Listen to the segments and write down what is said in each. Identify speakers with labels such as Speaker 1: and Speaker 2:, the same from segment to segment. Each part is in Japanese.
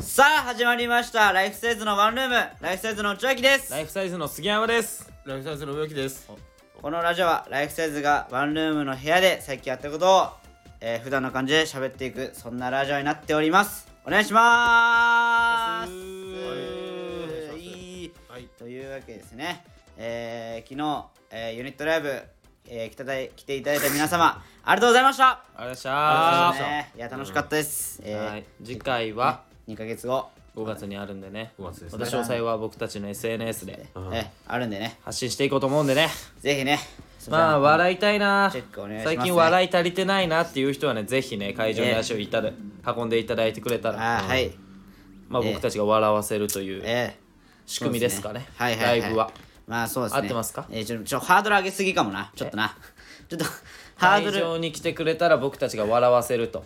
Speaker 1: さあ始まりましたライフサイズのワンルームライフサイズの千秋です
Speaker 2: ライフサイズの杉山です。
Speaker 3: ライフサイズの植木です。
Speaker 1: このラジオはライフサイズがワンルームの部屋で最近やったことを、えー、普段の感じで喋っていくそんなラジオになっておりますお願いします
Speaker 3: はい
Speaker 1: いい
Speaker 3: はい。
Speaker 1: というわけですね、えー、昨日、えーユニットライブ、えー来ただい来ていただいた皆様ありがとうございました
Speaker 2: ありがとうござ
Speaker 3: あ
Speaker 2: いまし
Speaker 3: りがとうござ
Speaker 1: ねいや楽しかったです、え
Speaker 2: た。
Speaker 1: ー
Speaker 2: はい、次回は
Speaker 1: 2ヶ月後、
Speaker 2: 5月にあるんでね。
Speaker 3: 五月ですね
Speaker 2: また詳細は僕たちの SNS で
Speaker 3: ん
Speaker 1: えあるんでね
Speaker 2: 発信していこうと思うんでね。
Speaker 1: ぜひね
Speaker 2: まあ
Speaker 1: わ
Speaker 2: 笑いたいな
Speaker 1: チェックお願いしますね
Speaker 2: 最近笑い足りてないなっていう人はねぜひね会場に足をいただ運んでいただいてくれたら
Speaker 1: あーはい
Speaker 2: まあ
Speaker 1: ええ
Speaker 2: 僕たちが笑わせるという
Speaker 1: えー
Speaker 2: 仕組みですかね
Speaker 1: そう
Speaker 2: ラ
Speaker 1: ですねはいはい、はい、
Speaker 2: イブは
Speaker 1: まあそうですね
Speaker 2: 合ってますか
Speaker 1: えーちょちょハードル上げすぎかもなちょっとなちょっとハード
Speaker 2: 会
Speaker 1: ル
Speaker 2: 場に来てくれたら僕たちが笑わせると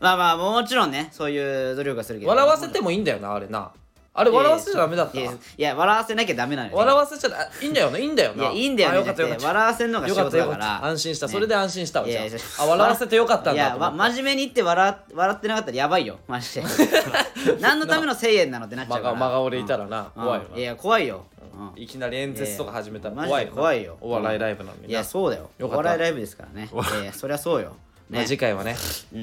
Speaker 1: まあまあもちろんねそういう努力はするけど
Speaker 2: 笑わせてもいいんだよなあれなあれ笑わせちゃダメだった
Speaker 1: いやいやいや笑わせなきゃダメなのよ
Speaker 2: 笑わせちゃだいいんだよないいんだよ
Speaker 1: い
Speaker 2: な
Speaker 1: やいいんだよ
Speaker 2: あ
Speaker 1: ね
Speaker 2: よかったよかった
Speaker 1: 笑わせんのが仕
Speaker 2: よか
Speaker 1: 事
Speaker 2: ったよ
Speaker 1: だ
Speaker 2: か
Speaker 1: か
Speaker 2: っ
Speaker 1: ら
Speaker 2: た安心した
Speaker 1: ね
Speaker 2: それで安心したわ
Speaker 1: い
Speaker 2: じゃ
Speaker 1: やいや
Speaker 2: ああ笑わせてよかったん
Speaker 1: い
Speaker 2: だ
Speaker 1: や
Speaker 2: と思
Speaker 1: わ
Speaker 2: った
Speaker 1: 真面目に言って笑笑ってなかったらやばいよマジで 何のための1000円なのってなっちゃ
Speaker 2: 真
Speaker 1: うから
Speaker 2: 顔真顔でいたらな
Speaker 1: うん
Speaker 2: 怖いよ
Speaker 1: い
Speaker 2: な
Speaker 1: や怖いよ、うん
Speaker 2: いきなり演説とか始めたら
Speaker 1: マジで
Speaker 2: 怖いよな
Speaker 1: 怖いよ
Speaker 2: お笑いライブなのに
Speaker 1: い
Speaker 2: な
Speaker 1: やそうだよ
Speaker 2: よか
Speaker 1: お
Speaker 2: った
Speaker 1: 笑いライブですから ねいやそりゃそうよ、
Speaker 2: まあ
Speaker 1: ね
Speaker 2: 次回はね
Speaker 1: うん、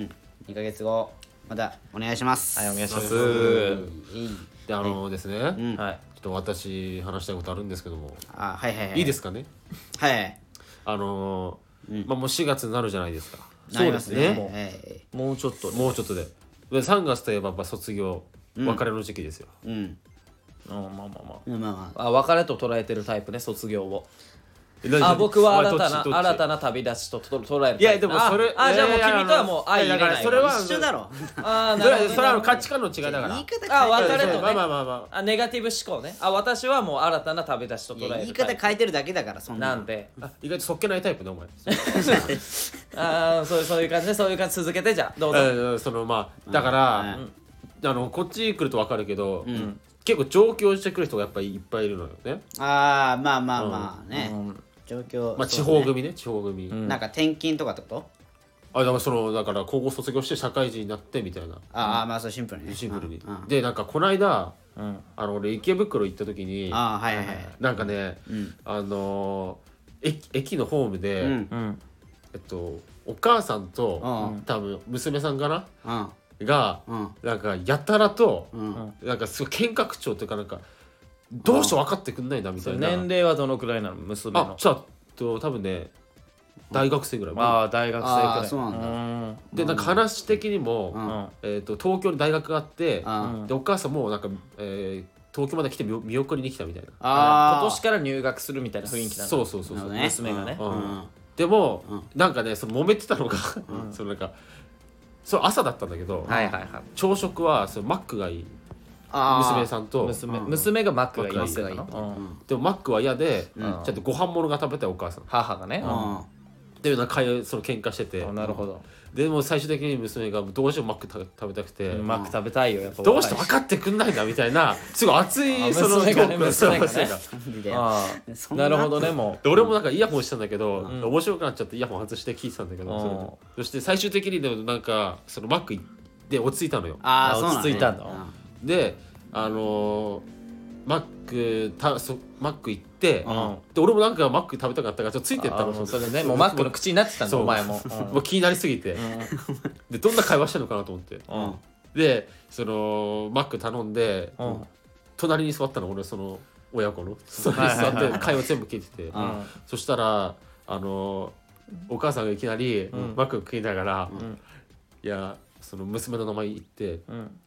Speaker 1: 2ヶ月後またお願いします
Speaker 2: はいお願いします
Speaker 1: いい
Speaker 3: で、あのですね、ちょ
Speaker 2: はい
Speaker 3: っと私話したいことあるんですけども、
Speaker 1: あはいはいはい
Speaker 3: いいですすかね。
Speaker 1: はいはい
Speaker 3: あのー、まあもう4月になるじゃないですか。
Speaker 1: なりますね
Speaker 2: そうです
Speaker 1: はい
Speaker 2: もうちょっと
Speaker 3: もうちょっとで。で、3月といえばやっぱ卒業、別れの時期ですよ。
Speaker 1: うん
Speaker 2: うんまあまあま
Speaker 1: まあまあ
Speaker 2: ああ別れと捉えてるタイプね卒業を
Speaker 3: え何
Speaker 2: あ僕は
Speaker 3: お前
Speaker 2: 新た
Speaker 3: どっちどっ
Speaker 2: な
Speaker 3: ち
Speaker 2: 新たな旅立ちとと捉えるタイプ
Speaker 3: いやでも
Speaker 2: あ
Speaker 3: それ
Speaker 2: あ
Speaker 3: い
Speaker 2: じゃあ
Speaker 3: やい
Speaker 2: もう
Speaker 3: や
Speaker 2: 君とはもう相入れ
Speaker 3: いやだ
Speaker 2: な
Speaker 3: か
Speaker 2: い
Speaker 3: らそれは
Speaker 1: 一緒だろ
Speaker 2: ああ
Speaker 3: そ
Speaker 2: な
Speaker 3: れ
Speaker 2: る
Speaker 3: は
Speaker 2: ほど
Speaker 3: それはあの価値観の違いだから。
Speaker 1: 言い方変え
Speaker 2: あ
Speaker 1: て
Speaker 2: 別
Speaker 1: る
Speaker 2: れとね
Speaker 3: まあまあまあまあ。
Speaker 2: あネガティブ思考ねあ私はもう新たな旅立ちと捉
Speaker 1: いや
Speaker 2: え
Speaker 1: 言い
Speaker 2: るタ
Speaker 1: 方
Speaker 2: イプ
Speaker 1: 変えてるだけだからそんな
Speaker 2: な
Speaker 1: の
Speaker 2: んで
Speaker 3: あ意外とそっけないタイプねお前。
Speaker 2: ああそうそういう感じでそういう感じ続けてじゃあどうぞ、
Speaker 3: うんそのまあだから、あのこっち来ると分かるけど、結構上京してくる人がやっぱりいっぱいいるのよね、
Speaker 1: ああまあまあまあね、状況
Speaker 3: まあ、地
Speaker 1: そう
Speaker 3: 方
Speaker 1: ですね
Speaker 3: 組ね地方組、
Speaker 1: なんか転勤とかってこと
Speaker 3: あだからそのだから高校卒業して社会人になってみたいな
Speaker 1: ああまあそうシンプルにね
Speaker 3: シンプルに、
Speaker 1: うんうん
Speaker 3: でなんかこないだ
Speaker 2: うん、
Speaker 3: あの俺池袋行った時に
Speaker 1: ああはいはいはい
Speaker 3: なんかね、あのー駅駅のホームで、
Speaker 1: うん
Speaker 2: うん、
Speaker 3: えっとお母さんと、
Speaker 1: う
Speaker 3: 多分娘さんかな
Speaker 1: うん
Speaker 3: が、
Speaker 1: うん
Speaker 3: なんかやたらと、
Speaker 1: うん
Speaker 3: なんかすごい喧嘩口調というかなんかどうして分かってくんないなみたいな。
Speaker 2: 年齢はどのくらいなの娘
Speaker 3: あ
Speaker 2: の
Speaker 3: じゃあと多分ね大学生ぐらい、
Speaker 2: ああ大学生くらい
Speaker 1: あーそうなんだ
Speaker 2: ん
Speaker 3: でなんか話的にも、
Speaker 2: ん
Speaker 3: えー、と東京に大学があって、
Speaker 1: う
Speaker 3: でお母さんもなんか、えー東京まで来て見見送りに来たみたいな。
Speaker 1: ああ
Speaker 2: 今年から入学するみたいな雰囲気なの
Speaker 3: そうそうそう
Speaker 1: なる
Speaker 3: そう、
Speaker 1: ほどね
Speaker 2: 娘がね
Speaker 3: うん
Speaker 1: うん
Speaker 3: でも、なんかねその揉めてたのが、 そのなんかそれ朝だったんだけど、
Speaker 2: はいはいはい
Speaker 3: 朝食はそのマックがいい
Speaker 1: あー
Speaker 3: 娘さんと
Speaker 2: 娘,、娘がマックがいいって言った
Speaker 3: マック
Speaker 2: のうん
Speaker 3: でもマックは嫌で、ちゃんとご飯物が食べたいお母さんっ
Speaker 2: 母がね、
Speaker 1: う
Speaker 3: ていうような会話その喧嘩してて、
Speaker 2: あなるほど、
Speaker 3: でも最終的に娘がどうしてもマックた食べたくて、
Speaker 2: マック食べたいよやっぱ
Speaker 3: どうして分かってくんないんだみたいなすごい熱
Speaker 2: あ
Speaker 3: いその
Speaker 2: 娘がね
Speaker 3: トー
Speaker 2: 娘が
Speaker 3: ク
Speaker 2: ね
Speaker 3: そうそうそうん
Speaker 1: なんでだよ
Speaker 2: あ
Speaker 1: そ
Speaker 2: あ
Speaker 1: んな
Speaker 2: なるほどねも
Speaker 3: で俺もなんかイヤホンしたんだけど、面白くなっちゃってイヤホン外して聞いてたんだけど、それでそして最終的にでもなんかそのマックで落ち着いたのよ
Speaker 1: ああ
Speaker 2: あ
Speaker 1: そうなんだ
Speaker 2: 落ち着いたんだ
Speaker 1: うん
Speaker 3: であのーマックたそマック行って、
Speaker 2: ん
Speaker 3: で俺もなんかマック食べたかったからちょっとついて
Speaker 2: う
Speaker 3: ったの
Speaker 2: あそれねもうマックの口になってたんだ
Speaker 3: そう
Speaker 2: お前も、
Speaker 3: もう気になりすぎて、でどんな会話してるのかなと思って、
Speaker 2: うん
Speaker 3: でそのマック頼んで、
Speaker 2: うん
Speaker 3: 隣に座ったの俺その親子の隣に座
Speaker 2: はいはい
Speaker 3: って会話全部聞いてて、
Speaker 2: ん
Speaker 3: そしたらあのお母さんがいきなり、マック食いながら、いやその娘の名前言って、
Speaker 2: ん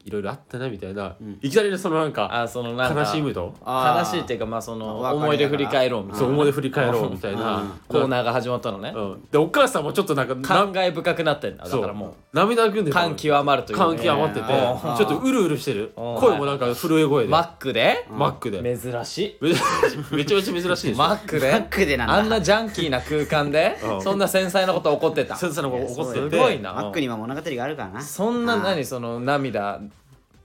Speaker 3: いろいろあったねみたいな、いきなりねそのなんか
Speaker 2: あそのなんか
Speaker 3: 悲しいムード
Speaker 1: あー
Speaker 2: 悲しいっていうかまあその
Speaker 1: まあ
Speaker 2: 思い出振り返ろうみたい
Speaker 3: そう
Speaker 2: な
Speaker 3: 思い出振り返ろうみたいな、
Speaker 2: コーナーが始まったのね
Speaker 3: うんでお母さんもちょっとなんかな
Speaker 2: 感慨深くなってんだだ
Speaker 3: そう
Speaker 2: からも
Speaker 3: 涙ぐんで
Speaker 2: う
Speaker 3: たの
Speaker 2: 感極まるという
Speaker 3: 感極まってて、
Speaker 2: え
Speaker 3: ちょっとうるうるして
Speaker 2: う
Speaker 3: る
Speaker 2: ん
Speaker 3: 声もなんか震え
Speaker 2: ー
Speaker 3: 声で
Speaker 2: マ
Speaker 3: マ
Speaker 2: ックで
Speaker 3: ックでめ
Speaker 2: 珍し
Speaker 3: ちゃめちゃ珍しいで
Speaker 2: い
Speaker 3: しょ
Speaker 2: マックで
Speaker 1: マックでなんだ
Speaker 2: あんなジャンキーな空間で
Speaker 3: うん
Speaker 2: そんな繊細なこと起こってた
Speaker 3: 先生の方が怒ってて
Speaker 2: すごいな
Speaker 1: マックには物語があるからな
Speaker 2: そんな
Speaker 1: あー
Speaker 2: 何その涙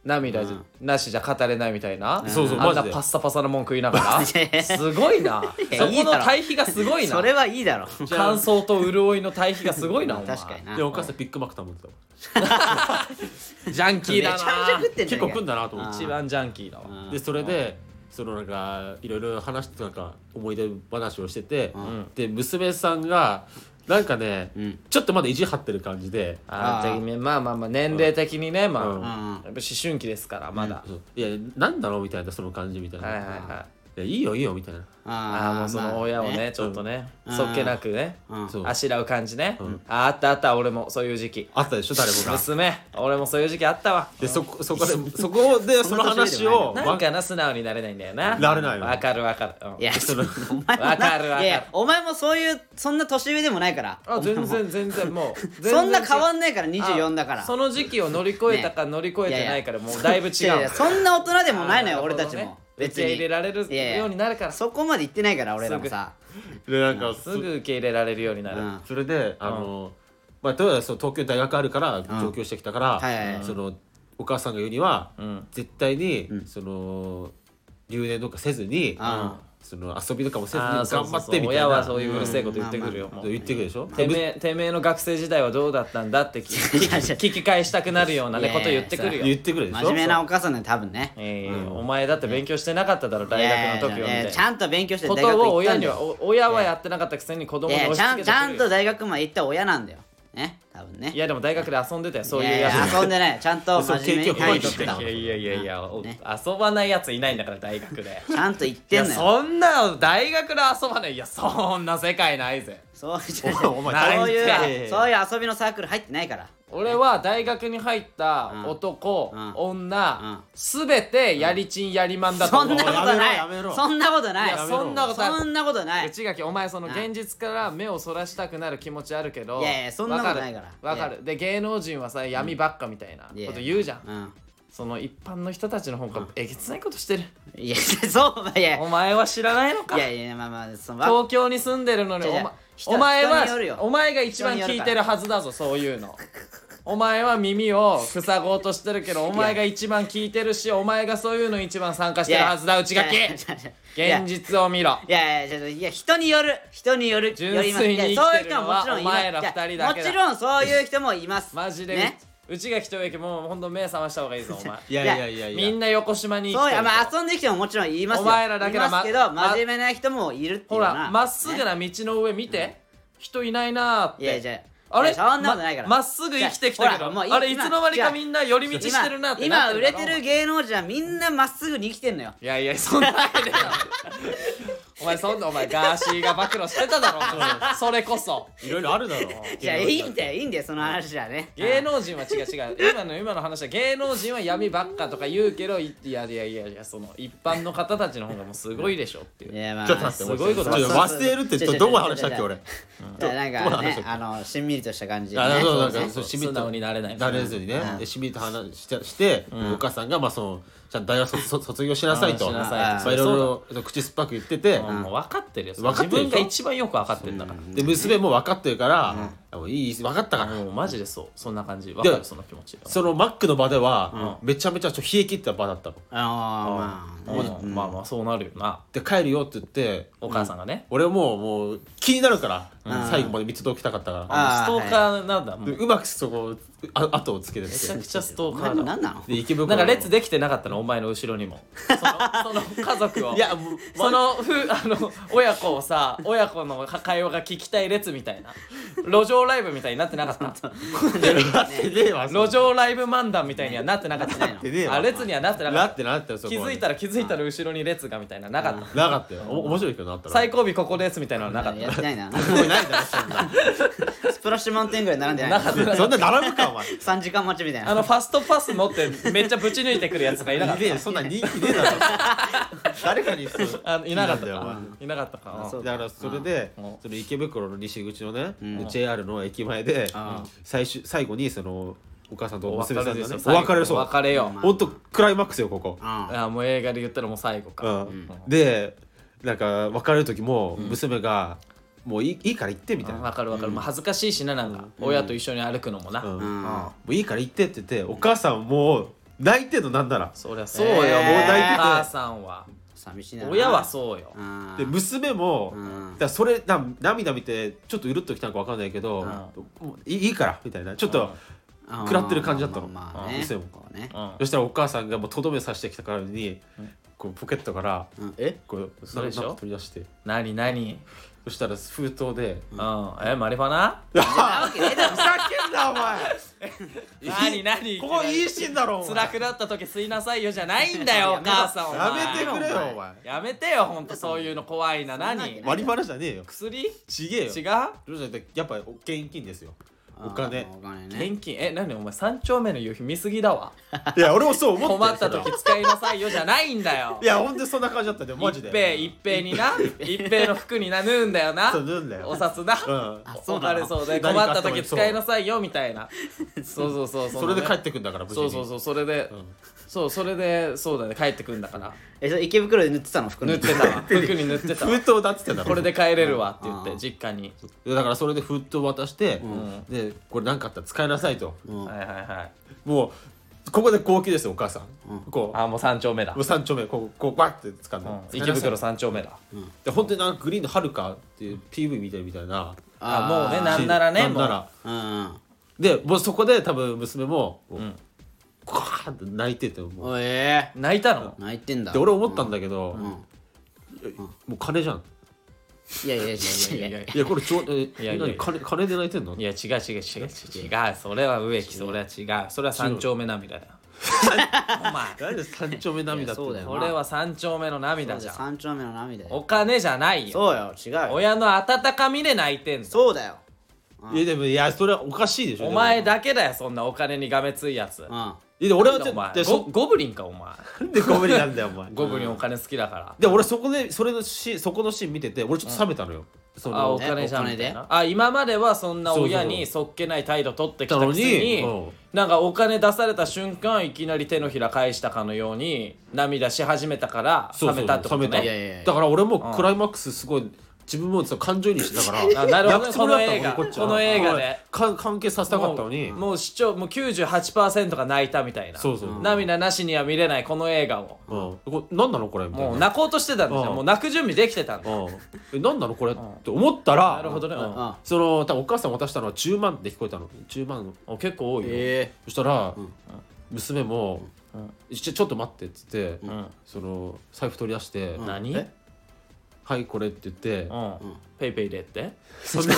Speaker 2: 涙じなしじゃ語れないみたいな、
Speaker 3: そうそう
Speaker 2: あん
Speaker 3: マ
Speaker 2: な
Speaker 3: ジで
Speaker 2: パッサパサなもん食いなが
Speaker 1: いや
Speaker 2: らすごいない
Speaker 1: や
Speaker 2: そ
Speaker 1: い
Speaker 2: こ
Speaker 1: いだ
Speaker 2: の
Speaker 1: ろ
Speaker 2: 対比がすごいな
Speaker 1: それはいいだろ
Speaker 2: 感想と潤いの対比がすごいなお前
Speaker 1: 確かにな
Speaker 3: でお母さんビッグマック頼んでたもん
Speaker 2: ジャンキーだ
Speaker 1: めちゃめちゃ
Speaker 2: な
Speaker 1: 食ってんじ
Speaker 3: 結
Speaker 1: ゃん
Speaker 3: 構食うんだなと思って
Speaker 2: 一番ジャンキーだわ
Speaker 1: うん
Speaker 3: でそれでそのなんかいろいろ話してなんか思い出話をしてて、
Speaker 2: ん
Speaker 3: で娘さんがなんかね、
Speaker 1: うん
Speaker 3: ちょっとまだ意地張ってる感じで
Speaker 2: あ
Speaker 1: あ
Speaker 2: ーじゃあまあまあまあ年齢的にねまあ、
Speaker 3: うん
Speaker 2: やっぱ思春期ですからまだ、
Speaker 3: そういやなんだろうみたいなその感じみたいな、
Speaker 2: はいはい
Speaker 3: い
Speaker 2: はい
Speaker 3: やいいよいいよみたいな、
Speaker 2: ああもうそ
Speaker 1: ま
Speaker 2: の
Speaker 1: あ
Speaker 2: 親をね,、ちょっとね、
Speaker 1: うん
Speaker 2: そっけなくね、
Speaker 1: うん
Speaker 3: そう
Speaker 2: あしらう感じね、
Speaker 3: ん
Speaker 2: ああったあった俺もそういう時期
Speaker 3: あったでしょ誰もが
Speaker 2: 娘俺もそういう時期あったわ
Speaker 3: でそこそこでそこでその話を
Speaker 2: なんかな素直になれないんだよな
Speaker 3: なれないの
Speaker 2: わかるわかる、うん
Speaker 1: いや
Speaker 3: その
Speaker 1: お前もな
Speaker 2: わかるわかる
Speaker 1: いやいやお前もそういうそんな年上でもないから
Speaker 2: あ全然全然もう全然
Speaker 1: そんな変わ
Speaker 2: ん
Speaker 1: んないから24だから
Speaker 2: その時期を乗り越えたか乗り越えてないからもうだいぶ違う
Speaker 1: いやいやそんな大人でもないのよ
Speaker 2: あー
Speaker 1: 俺たち
Speaker 2: なるほ
Speaker 1: も
Speaker 2: どね受け入れられる
Speaker 1: いやいや
Speaker 2: ようになるから
Speaker 1: そこまで行ってないから俺らもさ
Speaker 3: でなんか
Speaker 2: すぐ受け入れられるようになる、
Speaker 1: うん
Speaker 3: それであの、まあ、とりあえずそう東京に大学あるから上京してきたから、
Speaker 1: はいはいはい
Speaker 3: そのお母さんが言うには、
Speaker 2: ん
Speaker 3: 絶対に、その留年とかせずに、
Speaker 1: うん
Speaker 3: その遊びとかもせずに
Speaker 2: あー
Speaker 3: 頑
Speaker 2: そうそう
Speaker 3: 張
Speaker 2: そう
Speaker 3: ってみたい
Speaker 2: 親
Speaker 3: な
Speaker 2: はそういううるせえこと言ってくるよ、
Speaker 1: うん
Speaker 2: もう
Speaker 3: 言ってくるでしょ、
Speaker 2: てめえてめえの学生時代はどうだったんだって聞き
Speaker 1: いやいや
Speaker 2: 聞き聞き返したくなるような、
Speaker 1: い
Speaker 2: ね、
Speaker 1: やいや
Speaker 2: こと言ってくるよ
Speaker 3: 言ってくるでしょ
Speaker 1: 真面目なお母さんね多分ね
Speaker 2: ええお前だって勉強してなかっただろ大学の時
Speaker 1: い
Speaker 2: は
Speaker 1: やいやい
Speaker 2: み
Speaker 1: やち
Speaker 2: た
Speaker 1: ゃ
Speaker 2: い
Speaker 1: んと勉強して
Speaker 2: な
Speaker 1: 大
Speaker 2: こ
Speaker 1: 学
Speaker 2: とを
Speaker 1: 行ったん
Speaker 2: 親
Speaker 1: だ
Speaker 2: には
Speaker 1: よ
Speaker 2: お親はやってなかったくせに子供
Speaker 1: い
Speaker 2: に
Speaker 1: やいやちゃ
Speaker 2: 押し付け
Speaker 1: んち
Speaker 2: て
Speaker 1: ゃん
Speaker 2: く
Speaker 1: と
Speaker 2: るよ
Speaker 1: 大学まで行った親なんだよね多分ね
Speaker 2: いやでも大学で遊んでたよそういう
Speaker 1: いや
Speaker 2: や
Speaker 1: い
Speaker 2: つ
Speaker 1: や遊んで ないちゃんと
Speaker 3: そう
Speaker 1: 真面目に
Speaker 3: 経験を
Speaker 1: 単位
Speaker 3: 踏まえ
Speaker 1: 取ってて
Speaker 3: き
Speaker 1: た
Speaker 3: て
Speaker 2: いやいやいやいや、お
Speaker 1: ね
Speaker 2: 遊ばないやついないんだから大学で
Speaker 1: ちゃんと行っ
Speaker 2: い
Speaker 1: て
Speaker 2: や
Speaker 1: んのよ
Speaker 2: そんなの大学で遊ばないいやそんな世界ないぜ
Speaker 1: そうそう
Speaker 3: お前
Speaker 1: そう
Speaker 2: いやいやい
Speaker 1: いう
Speaker 2: や
Speaker 1: そういう遊びのサークル入ってないから
Speaker 2: 俺は大学に入った男、
Speaker 1: うんう
Speaker 2: 女
Speaker 1: ん
Speaker 2: すべてやりちんやりまんだと
Speaker 1: そ
Speaker 2: 思
Speaker 1: ん
Speaker 2: う
Speaker 1: なことない
Speaker 3: やめろやめろ
Speaker 1: そんなことない
Speaker 2: いやそんなことない
Speaker 1: そんなことない
Speaker 2: 内垣お前その現実から目をそらしたくなる気持ちあるけど
Speaker 1: いやいやそんなことないから
Speaker 2: わかるわかるで芸能人はさ闇ばっかみたいな
Speaker 1: うんいや
Speaker 2: こと言うじゃん
Speaker 1: うん
Speaker 2: その一般の人たちの方がえげつないことしてる
Speaker 1: いや そういや
Speaker 2: お前は知らないのか
Speaker 1: いやいやまあまあその
Speaker 2: 東京に住んでるのに
Speaker 1: 違う
Speaker 2: お,、
Speaker 1: 違う
Speaker 2: ま、
Speaker 1: 人
Speaker 2: お前
Speaker 1: 人によるよ
Speaker 2: はお前が一番聞いてるはずだぞそういうのお前は耳を塞ごうとしてるけどお前が一番聞いてるしお前がそういうのに一番参加してるはずだ内垣
Speaker 1: いや
Speaker 2: 現実を見ろ
Speaker 1: いやいやいやいや人による人による
Speaker 2: 純粋に
Speaker 1: よりますいや
Speaker 2: 生き
Speaker 1: そう
Speaker 2: て
Speaker 1: い
Speaker 2: る
Speaker 1: う人
Speaker 2: のは
Speaker 1: ももちろんい
Speaker 2: お
Speaker 1: ま
Speaker 2: 前
Speaker 1: す
Speaker 2: ら二人だけだ
Speaker 1: もちろんそういう人もい ます
Speaker 2: マジで、
Speaker 1: ね
Speaker 2: 内垣と植木もうほんと目覚ました方がいいぞお前
Speaker 3: いやいやいやいや
Speaker 2: みんな横島に生き
Speaker 1: そう
Speaker 2: て
Speaker 1: や
Speaker 2: る
Speaker 1: まあ遊んできてももちろんいますよ
Speaker 2: お前らだけだ
Speaker 1: いますけ
Speaker 2: ま
Speaker 1: ど真面目な人もいるってい
Speaker 2: ほ
Speaker 1: うのは
Speaker 2: らまっすぐ
Speaker 1: ね
Speaker 2: な道の上見て、人いないなーって
Speaker 1: いやいや
Speaker 2: あれ
Speaker 1: いやそんなことないから
Speaker 2: ままっすぐ生きてきたけ
Speaker 1: いや
Speaker 2: ど
Speaker 1: ほらもうい
Speaker 2: あれい
Speaker 1: 今
Speaker 2: つの間にかみんな寄り道してるなってな
Speaker 1: 今
Speaker 2: っ
Speaker 1: 今売れ
Speaker 2: だろ
Speaker 1: てる芸能人はみんなまっすぐに生きてんのよ
Speaker 2: いやいやそんなわけねえだろお前そんなお前ガーシーが暴露してただろそれこそ
Speaker 3: いろいろあるだろう
Speaker 1: いやいいんだよいいんだよその話はね
Speaker 2: 芸能人は違う違う今の今の話は芸能人は闇ばっかとか言うけどいいやいやいやいやその一般の方たちの方がもうすごいでしょっていう
Speaker 1: いやまあ
Speaker 3: ちょっと待って
Speaker 2: すごいこと
Speaker 3: ちょっと忘れるって
Speaker 1: そうそうそう
Speaker 3: どこの話だっけ俺
Speaker 1: いやなん
Speaker 3: どう
Speaker 1: か
Speaker 3: 話
Speaker 1: ね
Speaker 3: したっけ
Speaker 1: あのしんみりとした感じで
Speaker 3: あ
Speaker 1: ね
Speaker 3: そうなん
Speaker 1: そう
Speaker 3: か
Speaker 1: ね
Speaker 3: そうしみ
Speaker 2: 素
Speaker 3: た
Speaker 2: 直になれない
Speaker 3: なれずにね
Speaker 1: うん
Speaker 3: でしみた話してしてお母さんがまあそのちゃんと大学卒卒業しなさいと
Speaker 2: うんしなさい
Speaker 3: まあいろいろ口酸っぱく言ってて
Speaker 2: うんもう分かってるよ
Speaker 3: 分かってる
Speaker 2: 自分が一番よく分かってんだから、
Speaker 3: で娘も分かってるからもういい分かったから
Speaker 2: もうマジでそうそんな感じ分かるその気持ち
Speaker 3: そのマックの場ではめちゃめちゃちょっと冷え切った場だったの
Speaker 1: あーまあね
Speaker 2: うんまあまあそうなるよな
Speaker 3: で帰るよって言って
Speaker 2: お母さんがね、
Speaker 3: 俺もうもう気になるから最後まで見届けたかったから
Speaker 1: あ
Speaker 2: ストーカーなんだも
Speaker 3: で
Speaker 2: う
Speaker 3: うまくそこあ後をつけてっ
Speaker 2: めちゃ
Speaker 3: て
Speaker 2: くちゃストーカ
Speaker 1: な
Speaker 2: ーだ
Speaker 1: なんなの
Speaker 3: で池袋
Speaker 2: なんか列
Speaker 3: で
Speaker 2: できてなかったのお前の後ろにもそのその家族を
Speaker 3: いやもう
Speaker 2: そのふあの親子をさ親子の会話が聞きたい列みたいな路上ライブみたいになってなか った
Speaker 3: では
Speaker 2: 路上ライブ漫談みたいにはなってなかった
Speaker 1: って
Speaker 3: ねえわ
Speaker 2: あ列にはなってなか
Speaker 3: な
Speaker 2: っ
Speaker 3: ってなって
Speaker 2: た
Speaker 3: そこ
Speaker 2: 気
Speaker 3: は
Speaker 2: づいたら気づいたら後ろに列がみたいななかった
Speaker 3: なかったよお面白いけどなったら
Speaker 2: 最後尾ここですみたいなのはなかっ
Speaker 1: やってない な
Speaker 3: 高ないだろそん な
Speaker 1: スプラッシュマウンテンぐらい並んでない
Speaker 2: なかった
Speaker 3: そんな並ぶかお前
Speaker 1: 3時間待ちみたい
Speaker 2: たあ
Speaker 1: な
Speaker 2: のファストパス持ってめっちゃぶち抜いてくるやつがいなかっ
Speaker 3: いねえよそんな人気ねえだろ誰かにそう
Speaker 2: たあいなかった
Speaker 3: いないんだよ
Speaker 2: かいなかったか
Speaker 1: あそう
Speaker 3: だからそれで
Speaker 2: うん
Speaker 3: その池袋の西口のね JR の駅前で最終最後にそのお母さんと娘さんがねお別れそう
Speaker 2: お別れよ
Speaker 3: ほんとクライマックスよここ
Speaker 1: うん
Speaker 2: あもう映画で言ったらもう最後か
Speaker 3: うんでなんか別れる時も娘がもういいいいから行ってみたい
Speaker 2: わ
Speaker 3: な
Speaker 2: かるわかる、まあ恥ずかしいしななんか、親と一緒に歩くのもな、
Speaker 3: うん
Speaker 1: うん
Speaker 3: もういいから行ってって言ってお母さんもう泣いてんのなんなら
Speaker 2: そりゃそうよ、
Speaker 1: えー
Speaker 2: もう大体お母さんは
Speaker 1: 寂しいな
Speaker 2: 親はそうよ、
Speaker 1: うん
Speaker 3: で娘も、
Speaker 1: うん
Speaker 3: だからそれな涙見てちょっとうるっときたのかわかんないけど、もういいいいからみたいなちょっと、食らってる感じだったの
Speaker 1: まあまあまあ
Speaker 3: うん
Speaker 1: ね
Speaker 3: 店も
Speaker 1: こうね
Speaker 2: うん
Speaker 3: そしたらお母さんがもうとどめさしてきたからに、こうポケットから
Speaker 2: え
Speaker 3: こう
Speaker 2: それでしょ
Speaker 3: なんか取り出して
Speaker 2: 何何
Speaker 3: そしたら封筒で
Speaker 2: うん、えマリファナ
Speaker 1: なわけねえだろ
Speaker 3: ふざけんなお前
Speaker 2: 何何
Speaker 3: ここいいシーンだろお前
Speaker 2: 辛くなった時吸いなさいよじゃないんだよお母さんお前
Speaker 3: やめてくれよお前
Speaker 2: やめてよほんとそういうの怖いな何
Speaker 3: 割り腹じゃねえよ
Speaker 2: 薬
Speaker 3: ちげえよ
Speaker 2: 違う
Speaker 3: どうしたってやっぱ現金ですよお金
Speaker 1: あーお金ね
Speaker 2: 現金え何お前三丁目の夕日見すぎだわ
Speaker 3: いや俺もそう思って
Speaker 2: 困った時使いなさいよじゃないんだよ
Speaker 3: いやほんとそんな感じだったねマジ
Speaker 2: 一
Speaker 3: で
Speaker 2: 平一平にな一平の服にな縫うんだよな
Speaker 3: そう縫うんだよ
Speaker 2: お札な
Speaker 3: うん
Speaker 1: あそう
Speaker 2: 置
Speaker 1: な
Speaker 2: か
Speaker 1: の
Speaker 2: れそうで困
Speaker 3: 何か
Speaker 2: った時使いなさいよみたいなそうそうそうそう
Speaker 3: それで帰ってくんだから無事
Speaker 2: そう
Speaker 3: に
Speaker 2: そうそうそれで
Speaker 3: ん
Speaker 2: そうそれでそうだね帰ってくんだから
Speaker 1: えそれ池袋で塗ってたの服
Speaker 2: 縫ってたわ服に縫ってたわ
Speaker 3: 封筒だっつってんだろ
Speaker 2: これで帰れるわって
Speaker 1: う
Speaker 2: 言
Speaker 1: ん
Speaker 2: って実家に
Speaker 3: でだからそれで封筒渡して、でこれ何かあったら使いなさいと、
Speaker 1: うん
Speaker 2: はいはいはい
Speaker 3: もうここで号泣ですよお母さん、こう
Speaker 2: あもう三丁目だ
Speaker 3: もう3丁目こうこうバッて掴んで、
Speaker 2: うん
Speaker 3: 使いなさ
Speaker 2: 池
Speaker 3: い
Speaker 2: 袋三丁目だ
Speaker 3: で本当になんかグリーンのはるかっていう PV 見てるみたいな
Speaker 2: あ
Speaker 1: あー
Speaker 2: もうねなんならね
Speaker 3: なんな
Speaker 2: もう
Speaker 3: ら
Speaker 1: うんうん
Speaker 3: でもうそこで多分娘もこう、
Speaker 2: ん
Speaker 3: こわーって泣いててもう
Speaker 1: おいえ
Speaker 2: 泣いたの
Speaker 1: ー泣いてんだ
Speaker 3: で俺思ったんだけど、
Speaker 1: うん
Speaker 3: もう金じゃん
Speaker 1: いやいやいやいやい
Speaker 2: い
Speaker 1: や
Speaker 2: やい
Speaker 3: いやこれちょえ
Speaker 2: いやいやいや
Speaker 3: 何金金で泣いてんの
Speaker 2: や違う違う違う違う違うそれは植木それは違うそれは三丁目涙だよお前
Speaker 3: 何で3丁目涙って
Speaker 1: いやそうだよ
Speaker 2: これは三丁目の涙じゃん
Speaker 1: 三丁目の涙
Speaker 2: お
Speaker 1: よ
Speaker 2: 金じゃないよ
Speaker 1: そうよ違うよ
Speaker 2: 親の温かみで泣いてんぞ
Speaker 1: そうだよ
Speaker 3: いやでもいやそれはおかしいでしょ
Speaker 2: お前
Speaker 3: で
Speaker 2: だけだよそんなお金にがめついやつ
Speaker 1: うんあ
Speaker 3: もいやで俺はち
Speaker 2: お
Speaker 3: ょ
Speaker 2: 前
Speaker 3: で
Speaker 2: ゴ
Speaker 3: そ
Speaker 2: ゴブリンかお前
Speaker 3: なんでゴブリンなんだよお前
Speaker 2: ゴブリンお金好きだから
Speaker 3: で俺そこでそれのシーンそこのシーン見てて俺ちょっと冷めたのよ、そ
Speaker 2: あ
Speaker 3: の
Speaker 2: お金じゃん
Speaker 1: お金
Speaker 2: み
Speaker 1: で
Speaker 2: たいなあ今まではそんな親にそっけない態度取ってきたくせに
Speaker 3: なのにうん
Speaker 2: なんかお金出された瞬間いきなり手のひら返したかのように涙し始めたから
Speaker 3: そ
Speaker 2: 冷
Speaker 3: うそう
Speaker 2: めたってこと
Speaker 3: 冷めた
Speaker 1: いや
Speaker 2: ね
Speaker 1: いやいや
Speaker 3: だから俺もクライマックスすごい自分もその感情にしてたから
Speaker 2: あなるほどね
Speaker 3: 泣くつもりだった
Speaker 2: この映画
Speaker 3: 俺っちは
Speaker 2: この映画で
Speaker 3: か関係させたかったのに
Speaker 2: もうもう視聴もう98%が泣いたみたいな
Speaker 3: そうそう、うん
Speaker 2: 涙なしには見れないこの映画を
Speaker 3: これ何なのこれみたいな
Speaker 2: もう泣こうとしてたんですよ
Speaker 3: うん
Speaker 2: もう泣く準備できてたんです
Speaker 3: うんえ何なのこれって思ったら
Speaker 2: なるほどねうん
Speaker 1: うん
Speaker 3: その多分お母さん渡したのは10万って聞こえたの10万
Speaker 2: お結構多いよ、
Speaker 1: え
Speaker 3: そしたら、娘も、ちょ「ちょっと待って」っつって、
Speaker 2: ん
Speaker 3: その財布取り出して
Speaker 1: え
Speaker 3: 「
Speaker 2: 何
Speaker 1: え
Speaker 3: はいこれ」って言って、
Speaker 2: うん、ペイペイでって
Speaker 3: そんな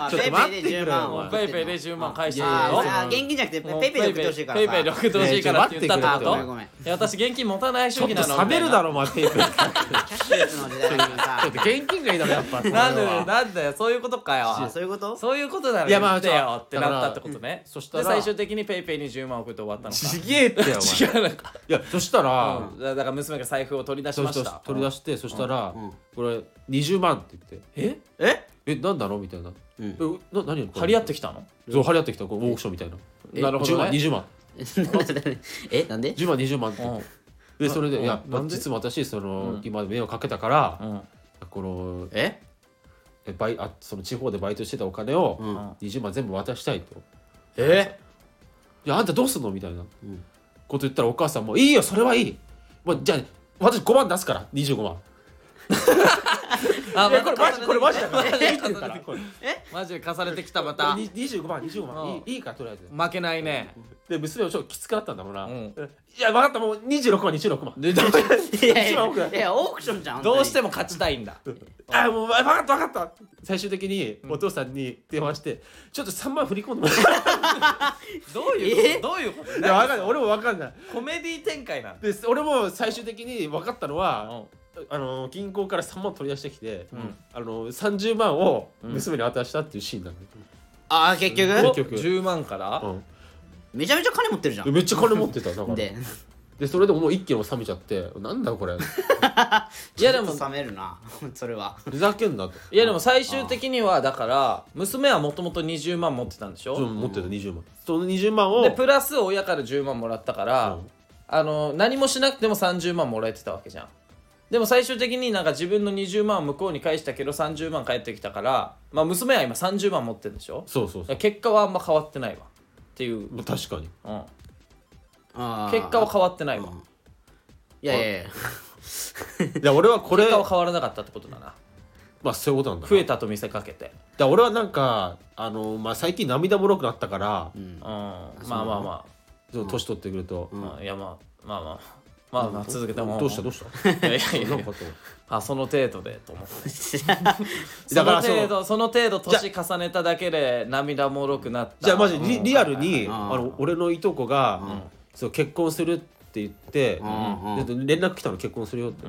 Speaker 1: あ
Speaker 3: ちょっ
Speaker 1: ペ
Speaker 3: と
Speaker 1: イペ
Speaker 3: 待
Speaker 1: イ
Speaker 3: っ
Speaker 1: で
Speaker 3: て
Speaker 1: 10
Speaker 3: くれよ
Speaker 1: 万
Speaker 3: お
Speaker 1: を
Speaker 3: 前
Speaker 2: ペイペイで10万返してくれ
Speaker 1: あー
Speaker 2: よ
Speaker 1: あー現金じゃなくてペイペイで送ってほしいから
Speaker 2: ペ
Speaker 1: さ
Speaker 2: イペイで送ってほしいからって言ったって
Speaker 1: あ
Speaker 2: こ
Speaker 1: ごめ
Speaker 2: と
Speaker 1: んごめん
Speaker 2: いや私現金持たない主
Speaker 3: ちょっ
Speaker 2: 義なの
Speaker 3: と冷めるだろお前ペイペイ
Speaker 1: キャッシュレスの時代だから さ
Speaker 3: 現金がいいだろやっぱ
Speaker 2: みたいななんだよなんだよそういうことか
Speaker 1: あ
Speaker 2: よ
Speaker 1: そういうこと
Speaker 2: そういうことなら
Speaker 3: いや
Speaker 2: 言
Speaker 3: まあ
Speaker 2: って
Speaker 3: ちょ
Speaker 2: よって
Speaker 3: だか
Speaker 2: な
Speaker 3: ら
Speaker 2: ったってことね
Speaker 3: そしたら
Speaker 2: で最終的にペイペイに10万送って終わったの
Speaker 3: ちげえってよお前
Speaker 2: か 違うなんか
Speaker 3: いやそしたら、
Speaker 2: うんだだから娘が財布を取り出し
Speaker 3: そう
Speaker 2: ま
Speaker 3: そう
Speaker 2: した
Speaker 3: 取り出して、そしたら、これ20万って言って
Speaker 2: え
Speaker 1: え
Speaker 3: 「えなんだろ?」みたいな「
Speaker 1: ん
Speaker 3: えな何
Speaker 2: 張り合って
Speaker 3: き
Speaker 2: きたの
Speaker 3: たそう張り合ってきたこうオークションみたいな
Speaker 2: なるほど
Speaker 3: 10万
Speaker 2: ね
Speaker 3: 20万
Speaker 1: えなんで
Speaker 3: 10万20万って言って、でそれで「いや
Speaker 2: なんで
Speaker 3: 実は私その、今迷惑かけたから、
Speaker 2: うん
Speaker 3: この
Speaker 1: え
Speaker 3: えバイあその地方でバイトしてたお金を、20万全部渡したい」と。
Speaker 1: え
Speaker 3: じゃああんたどうすんのみたいなこと言ったらお母さんも「いいよそれはいい、まあ、じゃあ私5万出すから25万」
Speaker 2: あ
Speaker 3: いやこれマジこれマジだから
Speaker 2: 重ねてきた
Speaker 3: からこれ
Speaker 2: マジで重ねてきたまた
Speaker 3: に25万25万
Speaker 2: うん
Speaker 3: いいいいかとりあえず
Speaker 2: 負けないね
Speaker 3: で娘もちょっときつくなったんだろうな、
Speaker 2: うん
Speaker 3: いや分かったもう26万26万
Speaker 2: でど
Speaker 1: いやい
Speaker 3: 一
Speaker 1: や
Speaker 3: 番奥だ
Speaker 1: いやオークションじゃん
Speaker 2: どうして
Speaker 1: も
Speaker 2: も勝ちたいんだ
Speaker 3: あもう分かった分かった最終的にお父さんに電話して、ちょっと3万振り込んでもらって
Speaker 2: どういう
Speaker 1: え
Speaker 2: ことどういうこと
Speaker 3: いや分かんない俺も分かんない
Speaker 2: コメディ展開なんだ
Speaker 3: で俺も最終的に分かったのは、あの銀行から3万取り出してきて、あの30万を娘に渡したっていうシーンなんだよ、
Speaker 1: ああ結
Speaker 3: 結
Speaker 1: 局
Speaker 3: 局
Speaker 2: 10万から、
Speaker 3: うん
Speaker 1: めちゃめちゃ金持ってるじゃ
Speaker 3: で
Speaker 1: ん
Speaker 3: めっちゃ金持ってただから
Speaker 1: で
Speaker 3: でそれでもう一気に収めちゃってなんだこれ
Speaker 2: いやでも
Speaker 1: ちょっと冷めるな それは
Speaker 3: ふざけ んなと
Speaker 2: いやでも最終的にはだから娘はもともと20万持ってたんでし
Speaker 3: そう
Speaker 2: ょ
Speaker 3: 持ってた20万その20万を
Speaker 2: でプラス親から10万もらったから、
Speaker 3: うん
Speaker 2: あの何もしなくても30万もらえてたわけじゃんでも最終的になんか自分の20万は向こうに返したけど30万返ってきたからまあ娘は今30万持ってるんでしょ
Speaker 3: そうそう
Speaker 2: だか
Speaker 3: そう
Speaker 2: ら結果はあんま変わってないわっていう、うん、
Speaker 3: 確かに
Speaker 1: あー
Speaker 2: 結果は変わってないわ、
Speaker 1: うんいやいやいや
Speaker 3: いや俺 はこれ
Speaker 2: 結果は変わらなかったってことだな
Speaker 3: まあそういうことなんだな
Speaker 2: 増えたと見せかけて
Speaker 3: だから俺はなんかあの、まあ、最近涙もろくなったから、
Speaker 2: うんまあまあま
Speaker 3: ちょっと年取ってくると、
Speaker 2: あ、うんいやまあまあまあまあまあ続けても
Speaker 3: どうし たどうした
Speaker 2: いやいやいや
Speaker 3: なんかと
Speaker 2: あその程度でと思ってそ
Speaker 3: だか
Speaker 2: の
Speaker 3: らその
Speaker 2: 程度その程度年重ねただけで涙もろくなった
Speaker 3: じゃあマジリリアルに、
Speaker 1: ん
Speaker 3: あの俺のいとこが、そう結婚するって言って、で連絡来たの結婚するよって、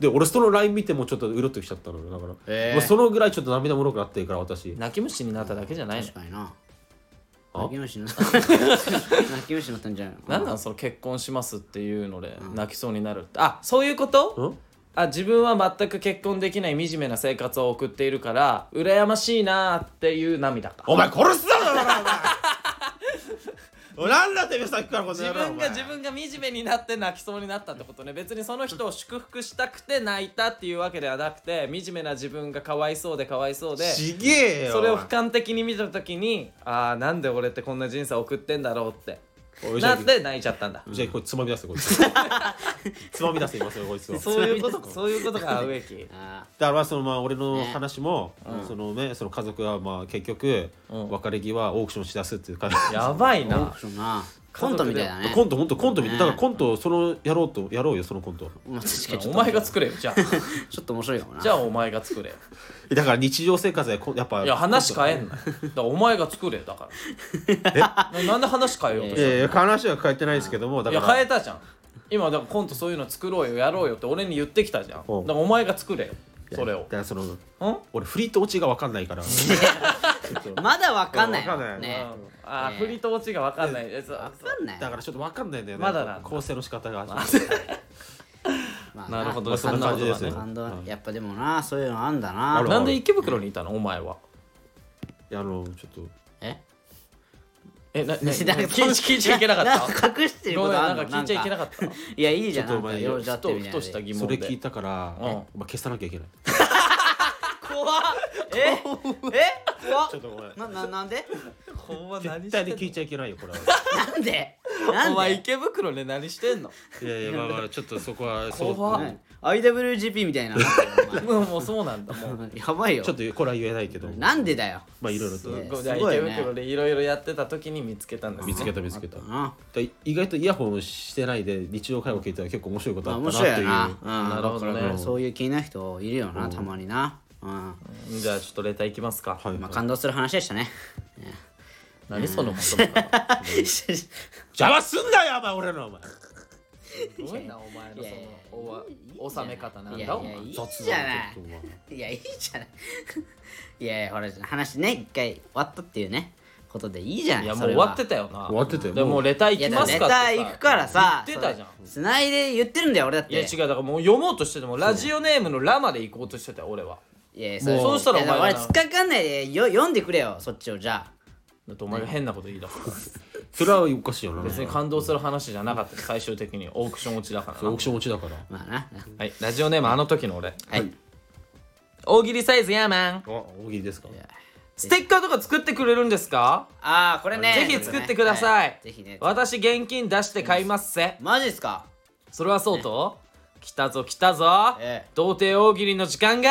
Speaker 3: で俺その LINE 見てもちょっとうろっときちゃったのよだから、
Speaker 1: へえ
Speaker 3: もうそのぐらいちょっと涙もろくなってるから私
Speaker 2: 泣き虫になっただけじゃないの
Speaker 1: 確かにな
Speaker 3: あ
Speaker 1: 泣き虫に なった泣き虫になったんじゃないの
Speaker 2: なんなんその結婚しますっていうので泣きそうになるってあそういうことあ自分は全く結婚できない惨めな生活を送っているから羨ましいなーっていう涙か
Speaker 3: お前殺すぞお前お前なんだてめえさっきからこんな
Speaker 2: 自
Speaker 3: 野郎
Speaker 2: 分が
Speaker 3: お前
Speaker 2: 自分が惨めになって泣きそうになったってことね別にその人を祝福したくて泣いたっていうわけではなくて惨めな自分がかわいそうでかわいそうで
Speaker 3: ちげえよ
Speaker 2: それを俯瞰的に見た時にああなんで俺ってこんな人生送ってんだろうって
Speaker 3: おい
Speaker 2: なって泣いちゃったんだ
Speaker 3: じゃあこれつまみ出せこいつつまみ出せ今すぐこいつを
Speaker 2: そういうことそういうことか植木
Speaker 1: あ
Speaker 3: だからまあそのまあ俺の話も、そのねその家族はまあ結局、
Speaker 2: うん
Speaker 3: 別れ際オークションしだすっていう感じ
Speaker 2: やば
Speaker 1: ー
Speaker 2: い
Speaker 1: オー
Speaker 2: な
Speaker 1: クションなコントみたいだね
Speaker 3: コント本当コントみた
Speaker 1: ね
Speaker 3: いだからコントそのやろうとやろうよそのコント
Speaker 1: まあ確かにちょ
Speaker 2: お
Speaker 1: っ
Speaker 2: 前が作れよじゃあ
Speaker 1: とちょっと面白いかもな
Speaker 2: じゃあお前が作れよ
Speaker 3: だから日常生活でこやっぱ
Speaker 2: いや話変えんなよだからお前が作れよだからなんで話変えようとし
Speaker 3: い
Speaker 2: た
Speaker 3: やいや話は変えてないですけどもだ
Speaker 2: い
Speaker 3: か
Speaker 2: や
Speaker 3: ら
Speaker 2: 変えたじゃん今だからコントそういうの作ろうよやろうよって俺に言ってきたじゃんだか
Speaker 3: うん
Speaker 2: らお前が作れよ
Speaker 3: いや
Speaker 2: それを
Speaker 3: だからその
Speaker 2: うん
Speaker 3: 俺フリーと落ちが分かんないから
Speaker 1: まだわかんない
Speaker 3: わかんない
Speaker 1: ね
Speaker 2: あー振りと落ちが分かんないです
Speaker 1: わかんない
Speaker 3: だからちょっと分かんないんだよね
Speaker 2: まだなんだ
Speaker 3: 構成の仕方が
Speaker 1: まあ
Speaker 2: なるほど
Speaker 3: まあそんな感じですよ
Speaker 1: 感動やっぱでもなそういうのあんだ
Speaker 3: あ
Speaker 1: な
Speaker 3: る
Speaker 2: なんで池袋にいたのお前はい
Speaker 3: やあのちょっと
Speaker 1: え
Speaker 2: えなな
Speaker 1: なんか
Speaker 2: 聞い聞いちゃいけなかっ
Speaker 1: な
Speaker 2: た
Speaker 1: んか隠してるこ
Speaker 2: ごめん
Speaker 1: とあ
Speaker 2: なんん
Speaker 1: の
Speaker 2: か聞いちゃいけなかった
Speaker 1: なんいやいいじゃん
Speaker 3: ち
Speaker 1: な
Speaker 3: ょっ
Speaker 1: んか
Speaker 3: とお前
Speaker 1: よろじゃってみたい
Speaker 2: ふと
Speaker 1: な
Speaker 2: した疑
Speaker 3: そ
Speaker 2: 問
Speaker 3: れ
Speaker 2: で
Speaker 3: 聞いたから、
Speaker 2: うん
Speaker 3: お前消さなきゃいけない
Speaker 1: 怖っええ怖っ
Speaker 3: とごめん
Speaker 1: なななんで
Speaker 2: ほんま
Speaker 3: 絶対に聞いちゃいけないよこれは
Speaker 1: なんで
Speaker 2: お
Speaker 1: なん
Speaker 2: 前
Speaker 1: で
Speaker 2: 池袋で何してんの
Speaker 3: いやいやまあまあちょっとそこはそう
Speaker 2: 怖っ
Speaker 1: ね IWGP みたいなお
Speaker 2: もうもうそうなんだもう
Speaker 1: 前やばいよ
Speaker 3: ちょっとこれは言えないけど
Speaker 1: なんでだよ
Speaker 3: まあいろいろと
Speaker 1: すごい
Speaker 2: じゃあ
Speaker 1: ね
Speaker 2: 池袋でいろいろやってた時に見つけたんですね
Speaker 3: 見つけた見つけた
Speaker 1: うん
Speaker 3: で意外とイヤホンしてないで日常会話聞いたら結構面白いこと
Speaker 1: まあ
Speaker 3: あっ
Speaker 1: 面
Speaker 3: た
Speaker 1: 白
Speaker 3: ないって
Speaker 1: よ
Speaker 3: いう
Speaker 1: なうん
Speaker 2: なるほどね
Speaker 1: だからそういう気になる人いるよなたまになうん
Speaker 2: じゃあちょっとレターいきますか、
Speaker 3: はい
Speaker 1: まあ感動する話でしたね
Speaker 2: 何その言葉
Speaker 3: 邪魔すんなよお前俺のお前
Speaker 2: すごいなお前の
Speaker 1: いやいや
Speaker 2: そのおわ収め方なん
Speaker 1: い
Speaker 2: だ
Speaker 1: や
Speaker 2: お
Speaker 1: いや
Speaker 2: 前
Speaker 1: いい
Speaker 3: 雑
Speaker 1: じゃない
Speaker 3: ちょっとお前
Speaker 1: いやいいじゃないいやいやほら話ね一回終わったっていうねことでいいじゃない
Speaker 2: いやもう
Speaker 1: それ
Speaker 2: 終
Speaker 1: は
Speaker 2: わってたよな
Speaker 3: 終わってたよ
Speaker 2: でももうレター
Speaker 1: い
Speaker 2: 行
Speaker 1: や
Speaker 2: き
Speaker 1: だか
Speaker 2: ま
Speaker 1: ら
Speaker 2: す
Speaker 1: レ
Speaker 2: か
Speaker 1: タ
Speaker 2: ってさ
Speaker 1: ー行くからさ
Speaker 2: 言ってたじゃん
Speaker 1: つないで言ってるんだよ俺だって
Speaker 2: いや違うだからもう読もうとしててもラジオネームのラまで行こうとしてたよ俺はい
Speaker 1: や
Speaker 2: もうそうしたらお前
Speaker 1: いや俺
Speaker 2: がな
Speaker 1: 突っかかんないでよ読んでくれよそっちをじゃあ
Speaker 2: だってお前が変なこと言い出すから
Speaker 3: それはおかしいよな
Speaker 2: 別に感動する話じゃなかったよ最終的にオークション落ちだから
Speaker 3: オー
Speaker 2: な
Speaker 3: クション落ちだから
Speaker 1: まあな
Speaker 2: はいラジオネームあの時の俺
Speaker 1: はい
Speaker 2: 大喜利サイズやーマン
Speaker 3: あ大喜利ですか
Speaker 2: ステッカーとか作ってくれるんですか
Speaker 1: ああこれね
Speaker 2: ぜひ作ってください
Speaker 1: はぜひね
Speaker 2: 私現金出して買いますせ
Speaker 1: マジっすか
Speaker 2: それはそうと来たぞ来たぞ
Speaker 1: ええ
Speaker 2: 童貞大喜利の時間が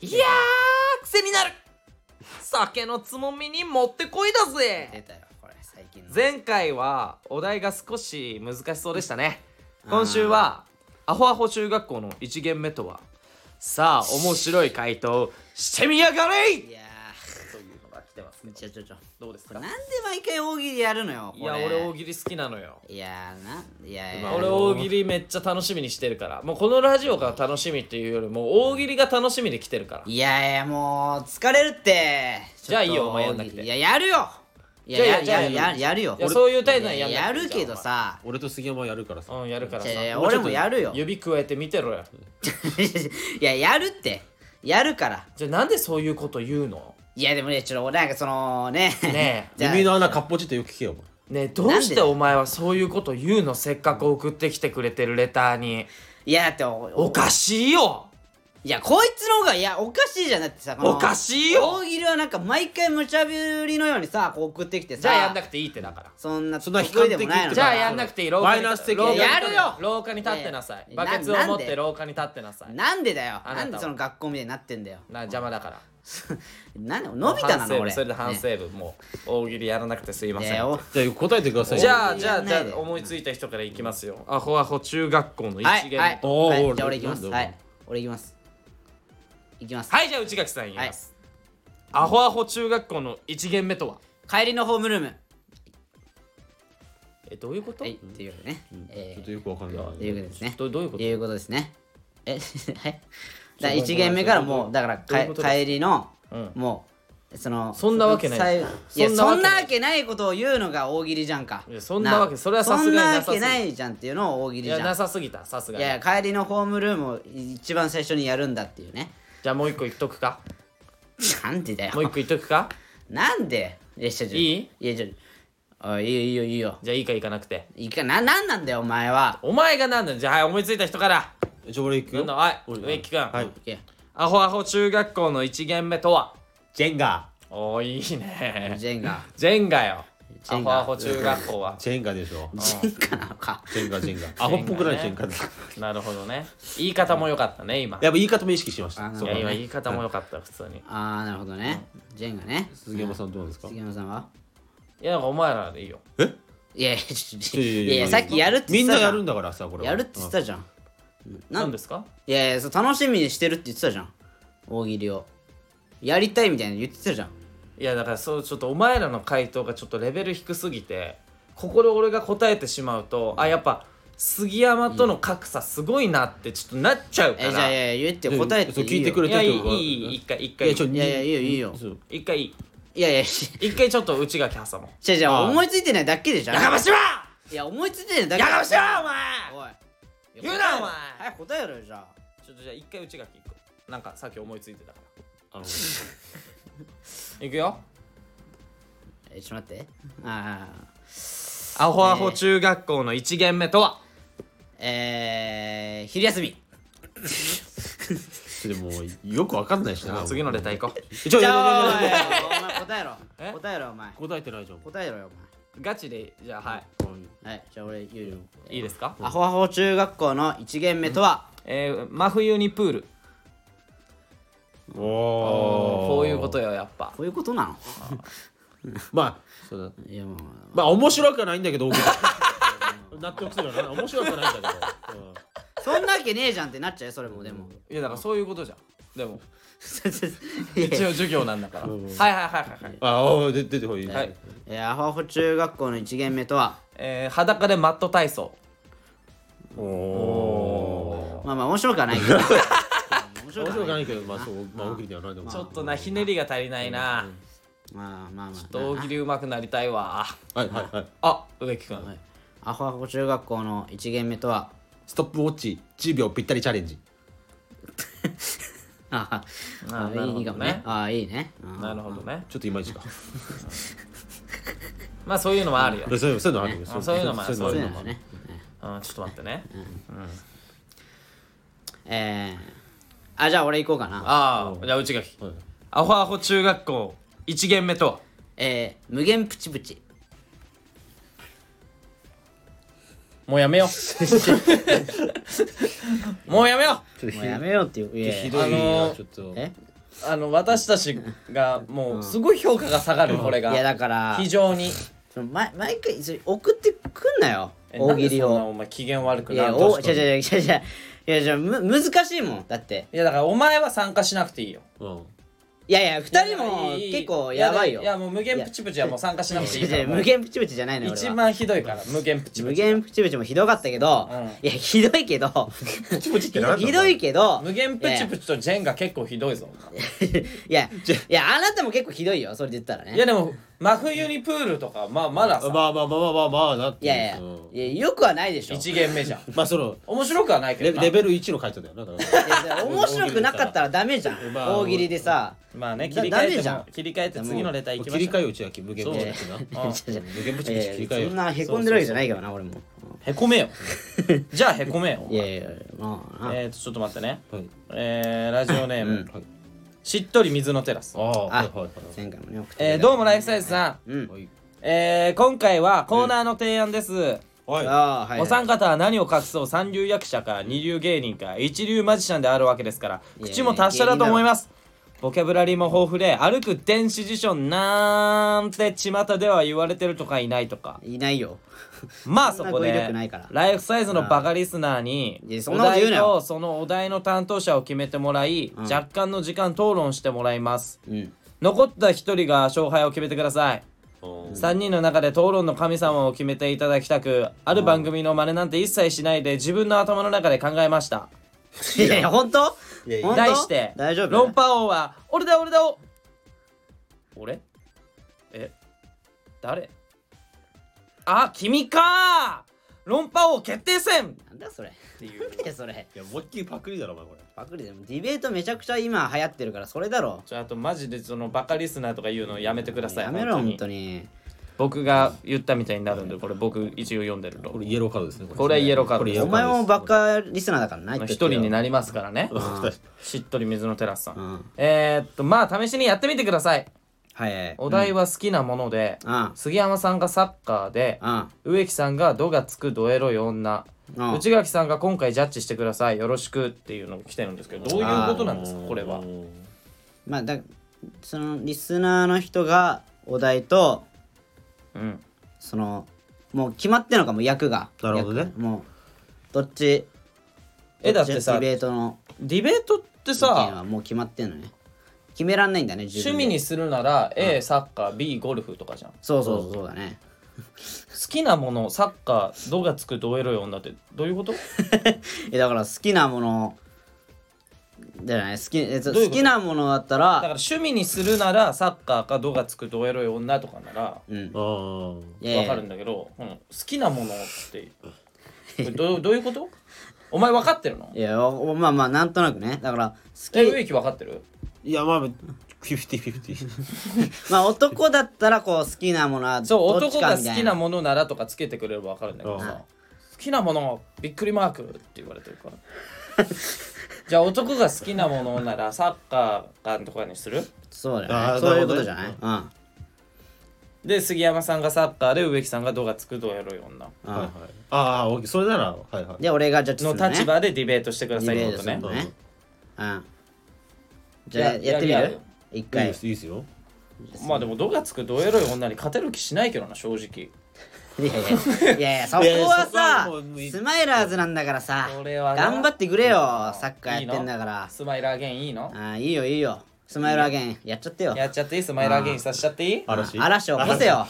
Speaker 2: いやー癖になる酒のつもみにもってこいだ
Speaker 1: 出
Speaker 2: ぜ
Speaker 1: たよこれ最近の
Speaker 2: 前回はお題が少し難しそうでしたね今週はアホアホ中学校の1限目とはさあ面白い回答してみやがれ
Speaker 1: いや
Speaker 2: というのが来てます
Speaker 1: ーちょちょちょ
Speaker 2: どうです
Speaker 1: な
Speaker 2: か
Speaker 1: んで毎回大喜利やるのよ
Speaker 2: いや俺大
Speaker 1: 喜
Speaker 2: 喜利好きなのよ
Speaker 1: 利いやーないやいや
Speaker 3: まあ
Speaker 2: 俺大喜利めっちゃ楽しみにしてるからもうこのラジオが楽しみっていうよりも大喜利が楽しみで来てるから
Speaker 1: いやいやもう疲れるって
Speaker 2: じゃあいいよ
Speaker 1: ちょっと
Speaker 2: お前やんなくて
Speaker 1: いややるよいや
Speaker 2: じゃあ
Speaker 1: や
Speaker 2: じゃ
Speaker 1: や
Speaker 2: あ
Speaker 1: ややるよ
Speaker 2: いやそういう態度は
Speaker 1: や
Speaker 2: やんなくて
Speaker 1: やるけどさ
Speaker 3: 俺と杉山はやるからさ
Speaker 2: うんやるから
Speaker 1: い
Speaker 2: さ
Speaker 1: やいや俺もやるよ
Speaker 2: 指加えて見てろよ
Speaker 1: いややるってやるから
Speaker 2: じゃあなんでそういうこと言うの
Speaker 1: いやでもねちょっとなんかそのね
Speaker 2: ね
Speaker 1: じゃあ
Speaker 3: 耳の穴かっぽじってよく聞けよお
Speaker 2: ねえどうしてお前はそういうこと言うのせっかく送ってきてくれてるレターに
Speaker 1: いやだってお
Speaker 2: おかしいよ
Speaker 1: いやこいつの方がいやおかしいじゃんだってさこの
Speaker 2: おかしいよ
Speaker 1: 大喜利はなんか毎回無茶ぶりのようにさこう送ってきてさ
Speaker 2: じゃあやんなくていいってだから
Speaker 1: そんな
Speaker 3: そんな
Speaker 1: 得
Speaker 3: 悲観
Speaker 1: 意で
Speaker 3: 的
Speaker 1: もないの
Speaker 2: じゃあやんなくていい廊下
Speaker 3: マ
Speaker 2: に
Speaker 3: イナス的
Speaker 2: 廊下に
Speaker 1: やるよ
Speaker 2: 廊下に立ってなさ
Speaker 1: ね
Speaker 2: い
Speaker 1: え
Speaker 2: バケツを
Speaker 1: な
Speaker 2: 持
Speaker 1: な
Speaker 2: っ
Speaker 1: んで
Speaker 2: て廊下に立ってなさいな
Speaker 1: なんでだよ
Speaker 2: あなたは
Speaker 1: なんでその学校みたいになってんだよ
Speaker 2: 邪魔だから
Speaker 1: なんで伸びたな
Speaker 2: 反省
Speaker 1: の
Speaker 2: 文
Speaker 1: 俺
Speaker 2: それで反省
Speaker 1: ね
Speaker 2: 文もう大喜利やらなくてすいませ
Speaker 1: ね
Speaker 2: ん
Speaker 1: お
Speaker 3: じゃあ答えてください
Speaker 2: じ
Speaker 3: よ
Speaker 1: 大喜
Speaker 2: ゃあ
Speaker 1: 利
Speaker 2: じゃ
Speaker 1: や
Speaker 2: あ
Speaker 1: ん
Speaker 2: じ
Speaker 1: ない
Speaker 2: ゃ
Speaker 1: で
Speaker 2: あ思いついた人からいきますよアホアホ中学校の一
Speaker 1: はい
Speaker 2: 限
Speaker 1: はい
Speaker 2: はい
Speaker 3: おー
Speaker 1: はいじゃあ俺いきます
Speaker 3: なんだ
Speaker 1: はい俺いきますいきます
Speaker 2: はいじゃあ内垣さん言いますアホアホ中学校の一限目とは
Speaker 1: 帰りのホームルームは
Speaker 2: えどういうこと
Speaker 1: いっていうことねえ
Speaker 3: ちょ
Speaker 1: ー
Speaker 3: っとよくわかんない
Speaker 1: ということですね
Speaker 2: どどういうこと
Speaker 1: いうことですねえ はいだから1限目からもうだから
Speaker 2: どういう
Speaker 1: か
Speaker 2: ことです
Speaker 1: 帰りの
Speaker 2: うん
Speaker 1: もうその
Speaker 2: そんなわけない
Speaker 1: 最いや
Speaker 2: そんなわ
Speaker 1: そん
Speaker 2: けない
Speaker 1: なわけないことを言うのが大喜利じゃんか
Speaker 2: いやそんなわけそれはさすがになさす
Speaker 1: そ
Speaker 2: ぎ
Speaker 1: んなわけないじゃんっていうのを大喜利
Speaker 2: い
Speaker 1: じゃ
Speaker 2: や
Speaker 1: ん
Speaker 2: なさすぎたさすが
Speaker 1: い
Speaker 2: に
Speaker 1: や帰りのホームルームを一番最初にやるんだっていうね
Speaker 2: じゃあもう一個言っとくか
Speaker 1: なんでだよ
Speaker 2: もう一個言っとくか
Speaker 1: なんでいやちょちょ
Speaker 2: いい
Speaker 1: いやちょあいいよいいよいいよ
Speaker 2: じゃあいいかいかなくて
Speaker 1: いいかななんなんだよお前は
Speaker 2: お前が何なんだじゃあはい思いついた人から
Speaker 3: じゃあ俺いく
Speaker 2: ど
Speaker 3: よ
Speaker 2: んどんはい
Speaker 3: 俺
Speaker 2: 植木君
Speaker 3: はい
Speaker 1: いや
Speaker 2: アホアホ中学校の一限目とは
Speaker 3: ジェンガ
Speaker 2: おーいいね
Speaker 1: ジェンガ
Speaker 2: ジェンガよ
Speaker 1: ジ
Speaker 2: ア
Speaker 1: ェン
Speaker 2: ホ
Speaker 1: ガ
Speaker 2: アホ中学校 は
Speaker 3: ジェンガでしょ
Speaker 1: ジェンガなのか
Speaker 3: ジェンガジェンガアホっぽくないジ
Speaker 2: ジ
Speaker 3: ェ
Speaker 2: ェ
Speaker 3: ン
Speaker 2: ン
Speaker 3: ガ
Speaker 2: ガ
Speaker 3: だ
Speaker 2: なるほどね言い方も良かったね今い
Speaker 3: やっぱ言い方も意識しまし
Speaker 1: あ
Speaker 3: た
Speaker 1: なる
Speaker 3: そ
Speaker 1: ほ
Speaker 3: う
Speaker 1: どね
Speaker 2: や
Speaker 3: だ
Speaker 2: 今
Speaker 3: ね
Speaker 2: 言い方も良かった普通に
Speaker 1: ああなるほどねジェンガね
Speaker 3: 杉山さんどうなんですか
Speaker 1: 杉山さんはい
Speaker 2: やなんかお前らでいいよ
Speaker 1: いやいやちょちょ
Speaker 3: いやいや
Speaker 1: い
Speaker 3: いや
Speaker 1: やいやさっきやるって
Speaker 3: み
Speaker 1: 言
Speaker 3: ん
Speaker 1: って
Speaker 3: な
Speaker 1: たじ
Speaker 3: や
Speaker 1: ゃ
Speaker 3: るん
Speaker 1: ん
Speaker 3: だからさこれは
Speaker 1: やるって言ってたじゃんな
Speaker 2: 何
Speaker 1: ん
Speaker 2: ですか
Speaker 1: いやいやそう楽しみにしてるって言ってたじゃん大喜利をやりたいみたいなの言ってたじゃん
Speaker 2: いやだからそうちょっとお前らの回答がちょっとレベル低すぎてここで俺が答えてしまうとあやっぱ杉山との格差すごいなってちょっとなっちゃうか
Speaker 1: えじゃあ
Speaker 2: ら
Speaker 1: い
Speaker 2: い
Speaker 1: やいや言ってよ答えていいよ
Speaker 3: そう聞いてくれ
Speaker 2: やいい
Speaker 3: ちょっと
Speaker 2: いいいい一回一
Speaker 3: いや
Speaker 2: 回
Speaker 3: ちょ
Speaker 1: いやいやいいよいいよ
Speaker 3: そう
Speaker 2: 一回いい
Speaker 1: いやいや
Speaker 2: 一回ちょっと内垣挟もう
Speaker 1: じゃじ
Speaker 3: あ
Speaker 1: ゃ
Speaker 3: ー
Speaker 1: 思いついてないだけでしょ
Speaker 2: やかましわ
Speaker 1: いや思いついてないだけ
Speaker 2: やかましわお
Speaker 1: お
Speaker 2: 前
Speaker 1: い
Speaker 2: 言うなお前
Speaker 1: はい答えろよじゃあ
Speaker 2: ちょっとじゃあ一回内垣いくなんかさっき思いついてたから
Speaker 3: あの
Speaker 2: いくよ
Speaker 1: えちょっと待ってああ
Speaker 2: アホアホ中学校の一限目とは、
Speaker 1: えー、昼休み
Speaker 3: それもうよくわかんないしな
Speaker 2: 次のレター行こう
Speaker 3: ちょい
Speaker 1: じ
Speaker 3: やい
Speaker 1: ゃ
Speaker 3: やいやいや
Speaker 1: あお前答えろ
Speaker 2: え
Speaker 1: 答えろお前
Speaker 3: 答えてないじゃん
Speaker 1: 答えろよ
Speaker 2: ガチでじゃあは
Speaker 1: お前はいじゃあ俺言うよ
Speaker 2: いいいですか、
Speaker 1: アホアホ中学校の1限目とは、
Speaker 2: えー、真冬にプール
Speaker 3: おお
Speaker 2: こういうことよやっぱ
Speaker 1: こういうことなの
Speaker 3: まあそうだ
Speaker 1: いやもう
Speaker 3: まあ面白くはないんだけど納得するよな面白くはないんだけどうん
Speaker 1: そんなわけねえじゃんってなっちゃうよそれもでも
Speaker 2: いやだからそういうことじゃんでも
Speaker 1: いや
Speaker 2: 一応授業なんだからはい
Speaker 3: ん
Speaker 2: はいはいはいはい、
Speaker 3: あおお出てこい
Speaker 2: はい
Speaker 1: えーアホアホ中学校の1限目とは
Speaker 2: えー、裸でマット体操
Speaker 3: おお
Speaker 1: まあまあ面白くはないけど面白
Speaker 3: 面白
Speaker 1: く
Speaker 3: く
Speaker 1: は
Speaker 3: は
Speaker 1: な
Speaker 3: ないいけどまあそうまあ大喜利だよなでも
Speaker 2: ちょっとなひねりが足りないな
Speaker 1: まあまあまあ
Speaker 2: 大喜利うまくなりたいわ
Speaker 3: はいはいはい
Speaker 2: あ植木君、
Speaker 1: はいアホアホ中学校の1限目とは
Speaker 3: ストップウォッチ10秒ぴったりチャレンジ
Speaker 1: ああ
Speaker 2: ああなるほどね
Speaker 1: いいかもねああいいねうん
Speaker 2: なるほどね
Speaker 3: ちょっといま いちか
Speaker 2: まあそういうのもあるよ、
Speaker 3: そういうそういうのあるよ
Speaker 2: あそういうのもある
Speaker 1: そう
Speaker 3: る
Speaker 1: いう
Speaker 3: よ
Speaker 1: のもね
Speaker 2: うん、ちょっと待ってね、
Speaker 1: えー、あじゃあ俺行こうかな
Speaker 2: ああじゃあ内垣、
Speaker 3: はい
Speaker 2: アホアホ中学校一限目とは
Speaker 1: えー、無限プチプチ
Speaker 2: もうやめ ようもうやめよ
Speaker 3: ちょっと
Speaker 1: もうやめようっていういやいや
Speaker 3: ひどい
Speaker 2: あ
Speaker 3: な
Speaker 2: の
Speaker 3: ちょっと
Speaker 1: え
Speaker 2: うあの私たちがもうすごい評価が下がるこれ
Speaker 1: いやだから
Speaker 2: 非常に
Speaker 1: その毎毎回それ送ってくんなよ
Speaker 2: え
Speaker 1: 大喜利
Speaker 2: なんでそんな
Speaker 1: を
Speaker 2: お前機嫌悪く
Speaker 1: い
Speaker 2: な
Speaker 1: や
Speaker 2: る
Speaker 1: おじゃじゃじゃじゃいやじゃむ難しいもんだって
Speaker 2: いやだからお前は参加しなくていいよ
Speaker 3: うん
Speaker 1: いやいや二人も結構やばいよ
Speaker 2: いやもう無限プチプチはもう参加しなくていいか
Speaker 1: いや
Speaker 2: ら
Speaker 1: いや無限プチプチじゃないのよ俺
Speaker 2: 一
Speaker 1: は
Speaker 2: 番ひどいから無限プチ
Speaker 1: 無
Speaker 2: プチ
Speaker 1: 限プチプチもひどかったけど、
Speaker 2: うん
Speaker 1: いやひどいけど
Speaker 3: てなんだ
Speaker 1: ひどいけど
Speaker 2: 無限プチプチとジェンが結構ひどいぞ
Speaker 1: いやいやいやあなたも結構ひどいよそれで言ったらね
Speaker 2: いやでも真冬にプールとかまあまだ
Speaker 3: まあ
Speaker 2: さ
Speaker 3: まあまあまあまあまあなって
Speaker 1: い
Speaker 3: いう
Speaker 1: やいや
Speaker 3: うん
Speaker 1: いやよくはないでしょ
Speaker 2: 一限目じゃん
Speaker 3: まあその
Speaker 2: 面白くはないけ
Speaker 3: レ
Speaker 2: どな
Speaker 3: レベル1の回答だよなだから
Speaker 1: いやいや面白くなかったらダメじゃん、
Speaker 3: まあ
Speaker 1: 大喜利でさ
Speaker 2: まあね切
Speaker 1: だ
Speaker 2: り
Speaker 1: ダ
Speaker 2: 替
Speaker 1: メ
Speaker 2: え
Speaker 1: じ
Speaker 2: て
Speaker 1: ゃ
Speaker 2: も
Speaker 1: ん
Speaker 2: 次のレター行き
Speaker 3: 切
Speaker 2: まし
Speaker 3: り
Speaker 2: ょ
Speaker 3: 替
Speaker 2: う
Speaker 3: えようちだけ無限プチプチな
Speaker 2: うん
Speaker 3: 無限プチ
Speaker 1: い
Speaker 3: プ
Speaker 1: や
Speaker 3: チ切り替えよ
Speaker 1: そんなへ
Speaker 3: う
Speaker 1: こんでるわけじゃないからな俺も
Speaker 2: へこめよじゃあへこめよ
Speaker 1: いやいやいやああな
Speaker 2: えー、とちょっと待ってね、
Speaker 3: はい
Speaker 2: えー、ラジオネーム、
Speaker 1: うん
Speaker 3: はい
Speaker 2: しっとり水のテラス、
Speaker 3: ああはいはい
Speaker 1: 前回もね送ってくれた
Speaker 2: えー、どうもライフサイズさん、
Speaker 1: うん
Speaker 3: はい
Speaker 2: えー、今回はコーナーの提案です、
Speaker 3: はいは
Speaker 1: ああはい
Speaker 2: お三方は何を隠そう三流役者か二流芸人か一流マジシャンであるわけですから
Speaker 1: いや
Speaker 2: 口も達者だと思いますボキャブラリーも豊富で歩く電子辞書なんて巷では言われてるとかいないとか
Speaker 1: いないよ
Speaker 2: まあそ
Speaker 1: そ
Speaker 2: こ
Speaker 1: んな語彙
Speaker 2: で
Speaker 1: 力ないから
Speaker 2: ライフサイズのバカリスナーに
Speaker 1: いやそん
Speaker 2: お
Speaker 1: なこと言う
Speaker 2: 題
Speaker 1: なよ
Speaker 2: とそのお題の担当者を決めてもらい
Speaker 1: うん
Speaker 2: 若干の時間討論してもらいます
Speaker 1: うん
Speaker 2: 残った一人が勝敗を決めてください
Speaker 3: い
Speaker 2: 3人の中で討論の神様を決めていただきたくある番組の真似なんて一切しないで自分の頭の中で考えました
Speaker 1: いやいや本当
Speaker 3: いやいや
Speaker 1: 本当
Speaker 2: 題して
Speaker 1: 大丈夫
Speaker 2: 論破王は俺だ俺だお俺え誰あ君か論破王決定戦
Speaker 1: なんだそれ
Speaker 2: っていう
Speaker 1: いやそれ
Speaker 3: いや思いっきりパクリだろお前これ
Speaker 1: パクリでもディベートめちゃくちゃ今流行ってるからそれだろ
Speaker 2: ちょあとマジでそのバカリスナーとか言うのやめてください
Speaker 1: やめろ本当に
Speaker 2: 僕が言ったみたいになるんでこれ僕一応読んでると
Speaker 3: これイエローカードですね
Speaker 2: これはイエローカード
Speaker 3: これイエ
Speaker 1: お
Speaker 3: ロカ
Speaker 1: 前
Speaker 3: ードです
Speaker 1: もバカリスナーだから な
Speaker 2: 一人に
Speaker 1: な
Speaker 2: なりますからね
Speaker 1: あー
Speaker 2: しっとり水のテラスさん、
Speaker 1: うん
Speaker 2: えー、っとまあ試しにやってみてください
Speaker 1: はいはい
Speaker 2: お題は好きなもので、
Speaker 1: あ
Speaker 2: 杉山さんがサッカーで
Speaker 1: あ
Speaker 2: 植木さんが「ドがつくドエロい女」
Speaker 1: あ
Speaker 2: 内垣さんが今回ジャッジしてくださいよろしくっていうのが来てるんですけどどういうことなんですかこれは
Speaker 1: まあだそのリスナーの人がお題と
Speaker 2: うん
Speaker 1: そのもう決まってんのかも役が
Speaker 3: なるほどね
Speaker 1: 役もうどっち
Speaker 2: え
Speaker 1: ど
Speaker 2: だ
Speaker 1: っ
Speaker 2: っ
Speaker 1: ち
Speaker 2: てさ
Speaker 1: ディベートの
Speaker 2: ディベートって
Speaker 1: 意見は
Speaker 2: さ
Speaker 1: もう決まってんのね決めらんないんだね自
Speaker 2: 趣
Speaker 1: 分で
Speaker 2: 味にするなら A サッカー B ゴルフとかじゃん好
Speaker 1: そうそうそうそうだね
Speaker 2: きなものサッカー「ドがつくドエロい女」ってどういうこと
Speaker 1: えだから好きなものじゃない好きえ
Speaker 2: どうい
Speaker 1: 好
Speaker 2: うこと
Speaker 1: きなものだった
Speaker 2: だか
Speaker 1: ら
Speaker 2: ら趣味にするならサッカーか「ドがつくドエロい女」とかなら
Speaker 1: うん
Speaker 3: あ
Speaker 1: いやいや
Speaker 2: わかるんだけど、うん、好きなものってこれどうどういうことお前分かってるの
Speaker 1: いやおまあまあなんとなくねだから
Speaker 2: え
Speaker 1: 好
Speaker 2: 植木分かってる
Speaker 3: ーいやまあフィフティフィフティ
Speaker 1: きまあ男だったらこう好きなものは
Speaker 2: そう
Speaker 1: どっち
Speaker 2: 男
Speaker 1: か
Speaker 2: が
Speaker 1: み
Speaker 2: 好
Speaker 1: たい
Speaker 2: きなものならとかつけてくれれば分かるんだけど
Speaker 3: うん
Speaker 2: さ好きなものびっくりマークって言われてるから じゃあ男が好きなものならサッカーかとかにする
Speaker 1: そうだ
Speaker 3: あ
Speaker 1: よね
Speaker 3: ー
Speaker 1: そういうこ
Speaker 3: なるほどね
Speaker 1: とじゃないうん
Speaker 2: で杉山さんがサッカーで植木さんが「どがつくどやろい女
Speaker 1: うん
Speaker 3: はいはいああオッケーそれならはいはい
Speaker 1: で俺がジャッ」ジす
Speaker 2: の
Speaker 1: るね
Speaker 2: 立場でディベートしてくださいってこ
Speaker 1: デ
Speaker 2: と
Speaker 1: ィ
Speaker 2: ね
Speaker 1: ベートするの
Speaker 3: ね
Speaker 1: うんじゃあ
Speaker 2: いや
Speaker 1: やってみ
Speaker 2: や
Speaker 1: る
Speaker 2: る
Speaker 1: 一
Speaker 3: いい
Speaker 1: 回
Speaker 3: ですいいですよ
Speaker 2: まあでも「どがつくどやろい女」に勝てる気しないけどな正直
Speaker 1: いやいやい やいやそこ
Speaker 3: いやいや
Speaker 1: は
Speaker 3: そこは
Speaker 1: さ
Speaker 3: もうい
Speaker 1: スマイラーズなんだからさ
Speaker 2: それはな
Speaker 1: 頑張ってくれよサッカーやってんだから
Speaker 2: スマイラーゲンいいの
Speaker 1: あーいいよいいよスマイルアゲンやっちゃってよ
Speaker 2: やっちゃっていいスマイルアゲインさせちゃっていい
Speaker 3: 嵐
Speaker 1: 嵐を起こせよ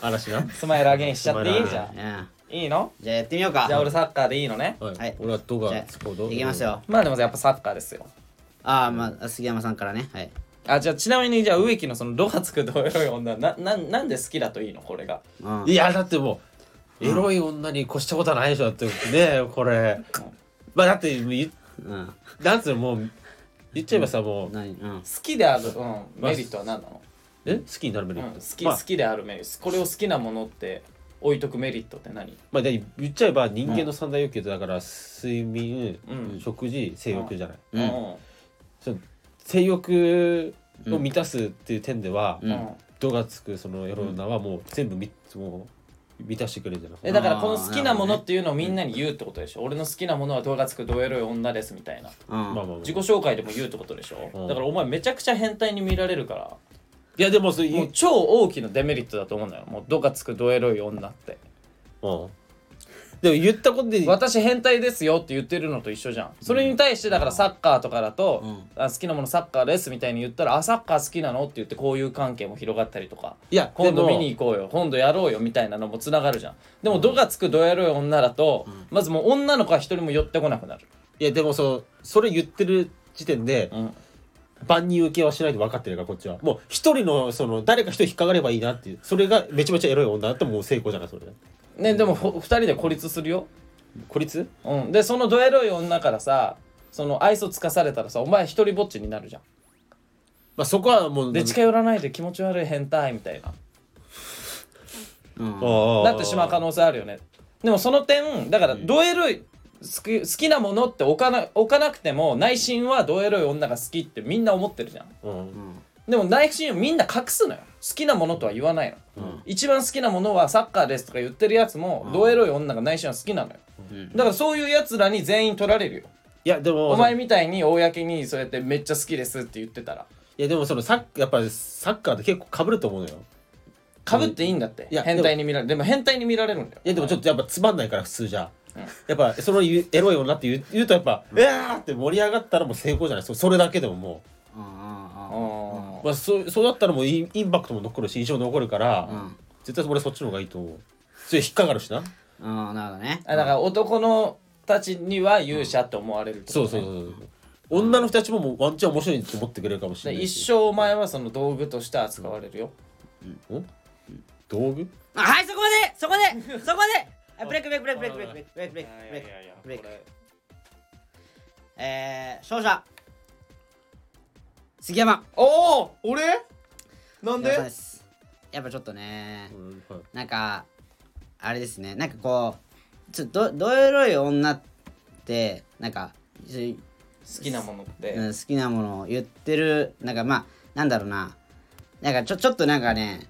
Speaker 3: 嵐な
Speaker 2: スマイルアゲインしちゃっていいじ
Speaker 1: う
Speaker 2: ゃ
Speaker 1: ん
Speaker 2: ん
Speaker 1: じゃ
Speaker 2: いいの
Speaker 1: あやってみようか
Speaker 2: じゃあ俺サッカーでいいのね
Speaker 3: は
Speaker 1: はいい
Speaker 3: 俺はど
Speaker 1: じ
Speaker 3: が
Speaker 1: ゃ
Speaker 3: つ
Speaker 1: あ
Speaker 3: こうど
Speaker 1: いきますよ
Speaker 2: まあでもやっぱサッカーですよ
Speaker 1: ああまあ杉山さんからねはい
Speaker 2: あじゃあちなみにじゃあ植木のそのドがつくどエロい女なななんで好きだといいのこれが
Speaker 1: うん
Speaker 3: いやだってもうエロい女に越したことはないでしょだってねこれまあだってい
Speaker 1: うん
Speaker 3: なんつうのもう言っちゃえばさもう
Speaker 1: 何うん
Speaker 2: 好きである、うん、メリットは何なの、
Speaker 3: え好きになるメ
Speaker 2: う
Speaker 3: リ
Speaker 2: ん、
Speaker 3: ッ
Speaker 2: 好
Speaker 3: ト
Speaker 2: き
Speaker 3: ま
Speaker 2: 好
Speaker 3: あ
Speaker 2: きであるメリットこれを好きなものって置いとくメリットって何
Speaker 3: まあで言っちゃえば人間の三大欲求ってだから睡眠
Speaker 2: うん
Speaker 3: 食事性欲じゃない
Speaker 2: うんん
Speaker 3: その性欲を満たすっていう点では
Speaker 1: うん
Speaker 3: 度がつくそのエロ女はもう全部みもう満たしてくれるんじゃない
Speaker 2: えだからこの好きなものっていうのをみんなに言うってことでしょ、俺の好きなものはドがつくどエロい女ですみたいな
Speaker 1: うん
Speaker 3: まあまあまあ
Speaker 2: 自己紹介でも言うってことでしょ、
Speaker 3: うん
Speaker 2: だからお前めちゃくちゃ変態に見られるから
Speaker 3: いやでもそうい
Speaker 2: もう
Speaker 3: う
Speaker 2: 超大きなデメリットだと思うんだよもうどがつくどエロい女って
Speaker 3: うんでも言ったことで
Speaker 2: 私変態ですよって言ってるのと一緒じゃんそれに対してだからサッカーとかだと、
Speaker 1: うん
Speaker 2: あ好きなものサッカーですみたいに言ったらあサッカー好きなのって言ってこういう関係も広がったりとか
Speaker 3: いや
Speaker 2: 今度
Speaker 3: で
Speaker 2: 見
Speaker 3: も
Speaker 2: に行こうよ今度やろうよみたいなのもつながるじゃんでも「ど」がつく「どやろい女」だと、まずもう女の子は一人も寄ってこなくなる、
Speaker 3: いやでもそのそれ言ってる時点で
Speaker 2: うん、
Speaker 3: 万人受けはしないと分かってるからこっちはもう一人のその誰か一人引っかかればいいなっていうそれがめちゃめちゃエロい女だってもう成功じゃないそれ
Speaker 2: ねでもほ二人で孤立するよ、
Speaker 3: 孤立
Speaker 2: うん、でそのどやろい女からさその愛想つかされたらさお前一人ぼっちになるじゃん
Speaker 3: まあそこはもう
Speaker 2: で近寄らないで気持ち悪い変態みたいな
Speaker 1: うん
Speaker 3: ああ
Speaker 2: なってしまう可能性あるよねでもその点だからドエロい好き好きなものって置かな置かなくても内心はどエロい女が好きってみんな思ってるじゃん
Speaker 3: うん
Speaker 2: でも内心をみんな隠すのよ好きなものとは言わないの、
Speaker 3: うん
Speaker 2: 一番好きなものはサッカーですとか言ってるやつも、どエロい女が内心は好きなのよだからそういうやつらに全員取られるよ
Speaker 3: いやでも
Speaker 2: お前みたいに公にそうやってめっちゃ好きですって言ってたら
Speaker 3: いやでもそのサッやっぱりサッカーって結構被ると思うのよ
Speaker 2: かぶっていいんだって、
Speaker 3: いや
Speaker 2: 変態に見られるでも変態に見られるんだよ
Speaker 3: いやでもちょっとやっぱつまんないから普通じゃ、やっぱその言うエロい女って言う言うとやっぱ「うわ、ー!」って盛り上がったらもう成功じゃないそそれだけでもも
Speaker 1: うんうんうん
Speaker 2: あ
Speaker 3: う、まあ、そうそうだったらもうインインパクトも残るし印象残るから、
Speaker 1: ん
Speaker 3: 絶対俺そっちの方がいいと思うそれ引っかかるしな
Speaker 1: うんなるほどね
Speaker 2: あだから男のたちには勇者って思われるってこと
Speaker 3: そう
Speaker 2: ね
Speaker 3: そうそうそう女の人たちももうワンチャン面白いって思ってくれるかもしれ
Speaker 2: で
Speaker 3: ないし
Speaker 2: 一生お前はその道具として扱われるよ、
Speaker 3: ん道具
Speaker 1: あはいそこまでそこでそこであブレイクブレイクブレイクブレイクブレイクブレイクブレイクブレイクブレイクえー勝者杉山
Speaker 2: おお俺
Speaker 1: 杉
Speaker 2: なん
Speaker 1: 山さん
Speaker 2: で
Speaker 1: ですやっぱちょっとね
Speaker 3: うんはい
Speaker 1: なんかあれですねなんかこうちょっとどどエロい女ってなんかそういう
Speaker 2: 好きなものって、
Speaker 1: うん好きなものを言ってるなんかまあなんだろうななんかちょちょっとなんかね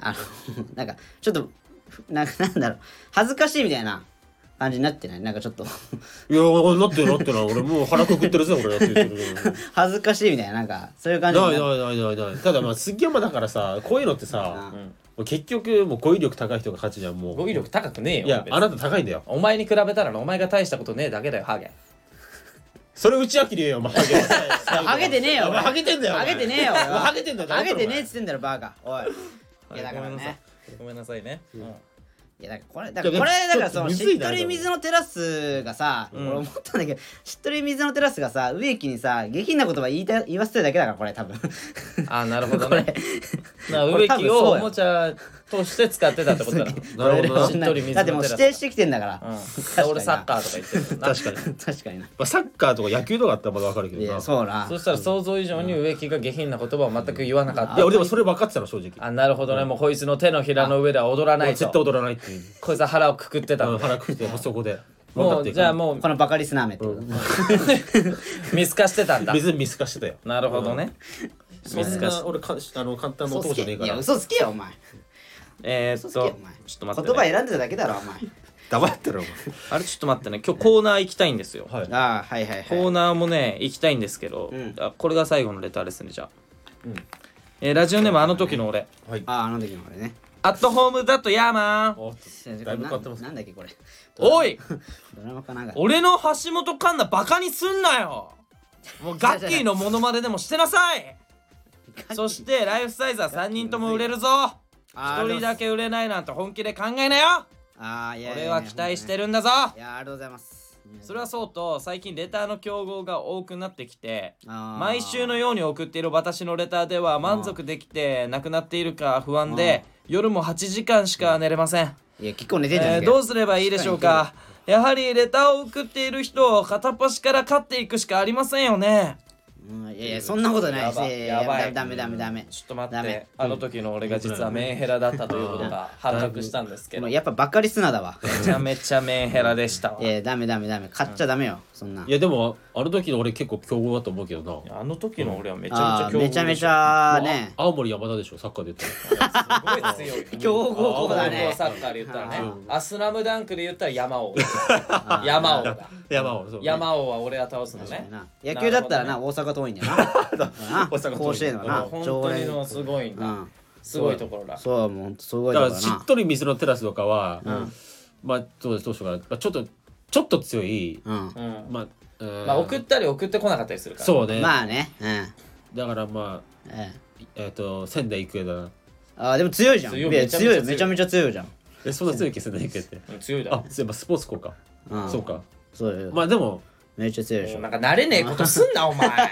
Speaker 1: あの なんかちょっとふなんかなんだろう恥ずかしいみたいな感じになってないなんかちょっと
Speaker 3: いやなってるなってるな俺もう腹くくってるぜ俺だっ て言ってるけど
Speaker 1: 恥ずかしいみたいななんかそういう感じに
Speaker 3: な
Speaker 1: ないっ
Speaker 3: ないないないないただまあ杉山だからさこういうのってさ
Speaker 1: うん
Speaker 3: もう結局もう語彙力高い人が勝ちじゃんもう
Speaker 2: 語彙力高くねえよ
Speaker 3: いや
Speaker 2: 別に
Speaker 3: あなた高いんだよ
Speaker 2: お前に比べたらお前が大したことねえだけだよハゲ
Speaker 3: それ内明言えよお 前ハゲ
Speaker 1: ハゲてねえよ
Speaker 3: お前ハゲてんだよお
Speaker 1: ハ
Speaker 3: 前
Speaker 1: ゲてねえよ
Speaker 3: お前ハゲてんだよ
Speaker 1: ハゲてねえっつってんだろバカおいいやだからね
Speaker 2: ごめんなさいね、うん
Speaker 1: いやだからこれだから
Speaker 3: いや
Speaker 1: これだ
Speaker 3: でも
Speaker 1: からその
Speaker 3: ちょっとむ
Speaker 1: し
Speaker 3: ずい
Speaker 1: っ
Speaker 3: な
Speaker 1: とり水のテラスがさ、
Speaker 2: ん
Speaker 1: 俺思ったんだけどしっとり水のテラスがさ植木にさ下品な言葉言いた言わせてるだけだからこれ多分
Speaker 2: あーなるほどねな
Speaker 1: これ
Speaker 2: 植
Speaker 1: 多分そう
Speaker 2: 木を
Speaker 1: よ
Speaker 2: おもちゃとして使ってたってことだな
Speaker 3: なるほどな
Speaker 2: しっとり水のテラス
Speaker 1: だってもう指定してきてんだから、
Speaker 2: うん
Speaker 1: 確かにな
Speaker 2: 俺サッカーとか言ってるもんな
Speaker 3: 確かにま
Speaker 1: 確かにな
Speaker 3: あサッカーとか野球とかあったらまだわかるけ
Speaker 1: い
Speaker 3: どな
Speaker 1: や
Speaker 3: いや
Speaker 1: そうな
Speaker 2: そしたら想像以上に植木が下品な言葉を全く言わなかった、
Speaker 3: 俺でもそれ分かってたの正直
Speaker 2: あなるほどねもうこいつの手のひらの上では踊らな
Speaker 3: 俺
Speaker 2: い
Speaker 3: 絶
Speaker 2: と
Speaker 3: 対踊らないっていう
Speaker 2: こいつは腹をくくってた
Speaker 3: うん
Speaker 2: の
Speaker 3: 腹くく ってもうそこで
Speaker 2: もうじゃあも
Speaker 1: このバカリスナーメってこと、
Speaker 2: う見透かしてたんだ
Speaker 3: 水見透かしてたよ
Speaker 2: なるほどね、
Speaker 3: そんな俺かあの簡単な
Speaker 1: 嘘
Speaker 3: 男
Speaker 1: つけ
Speaker 3: じゃねえ
Speaker 1: い
Speaker 3: か
Speaker 1: や
Speaker 3: ら
Speaker 1: 嘘つけよお前
Speaker 2: えー、
Speaker 1: 嘘
Speaker 2: っ
Speaker 1: つけよ
Speaker 2: と
Speaker 1: お前
Speaker 2: ちょっと待って、
Speaker 1: 言
Speaker 2: ね、
Speaker 1: 葉選んでただけだろお前
Speaker 3: 黙ってろお前
Speaker 2: あれちょっと待ってね今日コーナー行きたいんですよ、
Speaker 3: はい
Speaker 1: ああはいはいはい
Speaker 2: コーナーもね行きたいんですけど、
Speaker 1: うん
Speaker 2: あこれが最後のレターですねじゃあ、えーラジオネームあの時の俺
Speaker 3: はい
Speaker 1: あああの時の俺ね
Speaker 2: アットホームだとヤーマン
Speaker 3: おっとだいぶ変わってます
Speaker 1: なんだっけこれ
Speaker 2: おい
Speaker 1: ドラマかなんか
Speaker 2: 俺の橋本環奈バカにすんなよもうガッキーのモノマネでもしてなさいそしてライフサイズは3人とも売れるぞ
Speaker 1: あー
Speaker 2: 1人だけ売れないなんて本気で考えなよ
Speaker 1: ああいやいやい
Speaker 2: 俺
Speaker 1: や
Speaker 2: は期待してるんだぞ
Speaker 1: いやありがとうございます
Speaker 2: それはそうと最近レターの競合が多くなってきて
Speaker 1: あー
Speaker 2: 毎週のように送っている私のレターでは満足できてなくなっているか不安で夜も8時間しか寝れません
Speaker 1: いや結構寝てんじゃね
Speaker 2: え
Speaker 1: え
Speaker 2: ー
Speaker 1: か
Speaker 2: ど
Speaker 1: よ
Speaker 2: うすればいいでしょうかやはりレターを送っている人を片っ端から勝っていくしかありませんよね
Speaker 1: うんいやいやそんなことない
Speaker 2: や
Speaker 1: し
Speaker 2: ばいやばい
Speaker 1: ダメダメダメ
Speaker 2: ちょっと待
Speaker 1: ダ
Speaker 2: っ
Speaker 1: メ
Speaker 2: てあの時の俺が実はメンヘラだったということが発覚したんですけ
Speaker 1: ダ
Speaker 2: ど
Speaker 1: メ
Speaker 2: め
Speaker 1: やっぱばっかり砂だ わ
Speaker 2: ちゃめちゃメンヘラでしたわ
Speaker 1: いやダメダメダメ買っちゃダメよそんない
Speaker 3: やでもあの時の俺結構強豪だと思うけどな
Speaker 2: あの時の俺はめちゃ
Speaker 1: あー
Speaker 2: め
Speaker 1: め
Speaker 2: ち
Speaker 1: ち
Speaker 2: ゃ
Speaker 1: ゃ
Speaker 2: め
Speaker 1: め
Speaker 2: ち
Speaker 1: ち
Speaker 2: ゃ
Speaker 1: ゃね
Speaker 3: 青森山田でしょサッカーで言ったら
Speaker 2: すごい強い
Speaker 1: 強豪校だ
Speaker 2: 高校
Speaker 1: ね
Speaker 2: サッカーで言ったらね
Speaker 3: うん
Speaker 2: あスラムダンクで言ったら 山王山王だ
Speaker 3: 山をそう
Speaker 2: 山王は俺が倒すの
Speaker 1: 確かに
Speaker 2: ね
Speaker 1: な野球だったら
Speaker 2: な
Speaker 1: な
Speaker 2: る
Speaker 1: 大阪遠いんだよな
Speaker 3: 大阪遠い
Speaker 1: 甲子園のな
Speaker 2: 本
Speaker 1: 常
Speaker 2: 当に
Speaker 1: 連
Speaker 2: のすごいん
Speaker 1: う
Speaker 2: だ
Speaker 1: ん
Speaker 2: すごいところだ
Speaker 1: そうもうすごい
Speaker 3: だ
Speaker 1: とこ
Speaker 3: から
Speaker 1: だ
Speaker 3: し
Speaker 1: な
Speaker 3: っとり水のテラスとかは、まあどうどうしようかな、まあ、ちょっとちょっと強い、
Speaker 1: うん
Speaker 2: うん
Speaker 3: まあ、えー
Speaker 2: まあ送ったり送ってこなかったりするから
Speaker 3: そうね、
Speaker 1: まあねうん
Speaker 3: だからま
Speaker 1: え
Speaker 3: あえっ、と仙台育英だな
Speaker 1: あーでも強いじゃん
Speaker 2: 強い
Speaker 1: いや
Speaker 2: めちゃめちゃ
Speaker 1: 強い
Speaker 2: 強い
Speaker 1: めちゃめちゃ強いじゃん
Speaker 3: えそんな強いっけ仙台育英って
Speaker 2: うん強いだ
Speaker 3: あ
Speaker 2: ろ
Speaker 3: そういえばスポーツ校か、
Speaker 1: うん
Speaker 3: そうか
Speaker 1: そうよ
Speaker 3: まあでも
Speaker 1: めっちゃ強いでし
Speaker 2: もう
Speaker 1: ょ
Speaker 2: なんか慣れねえことすん なお前例え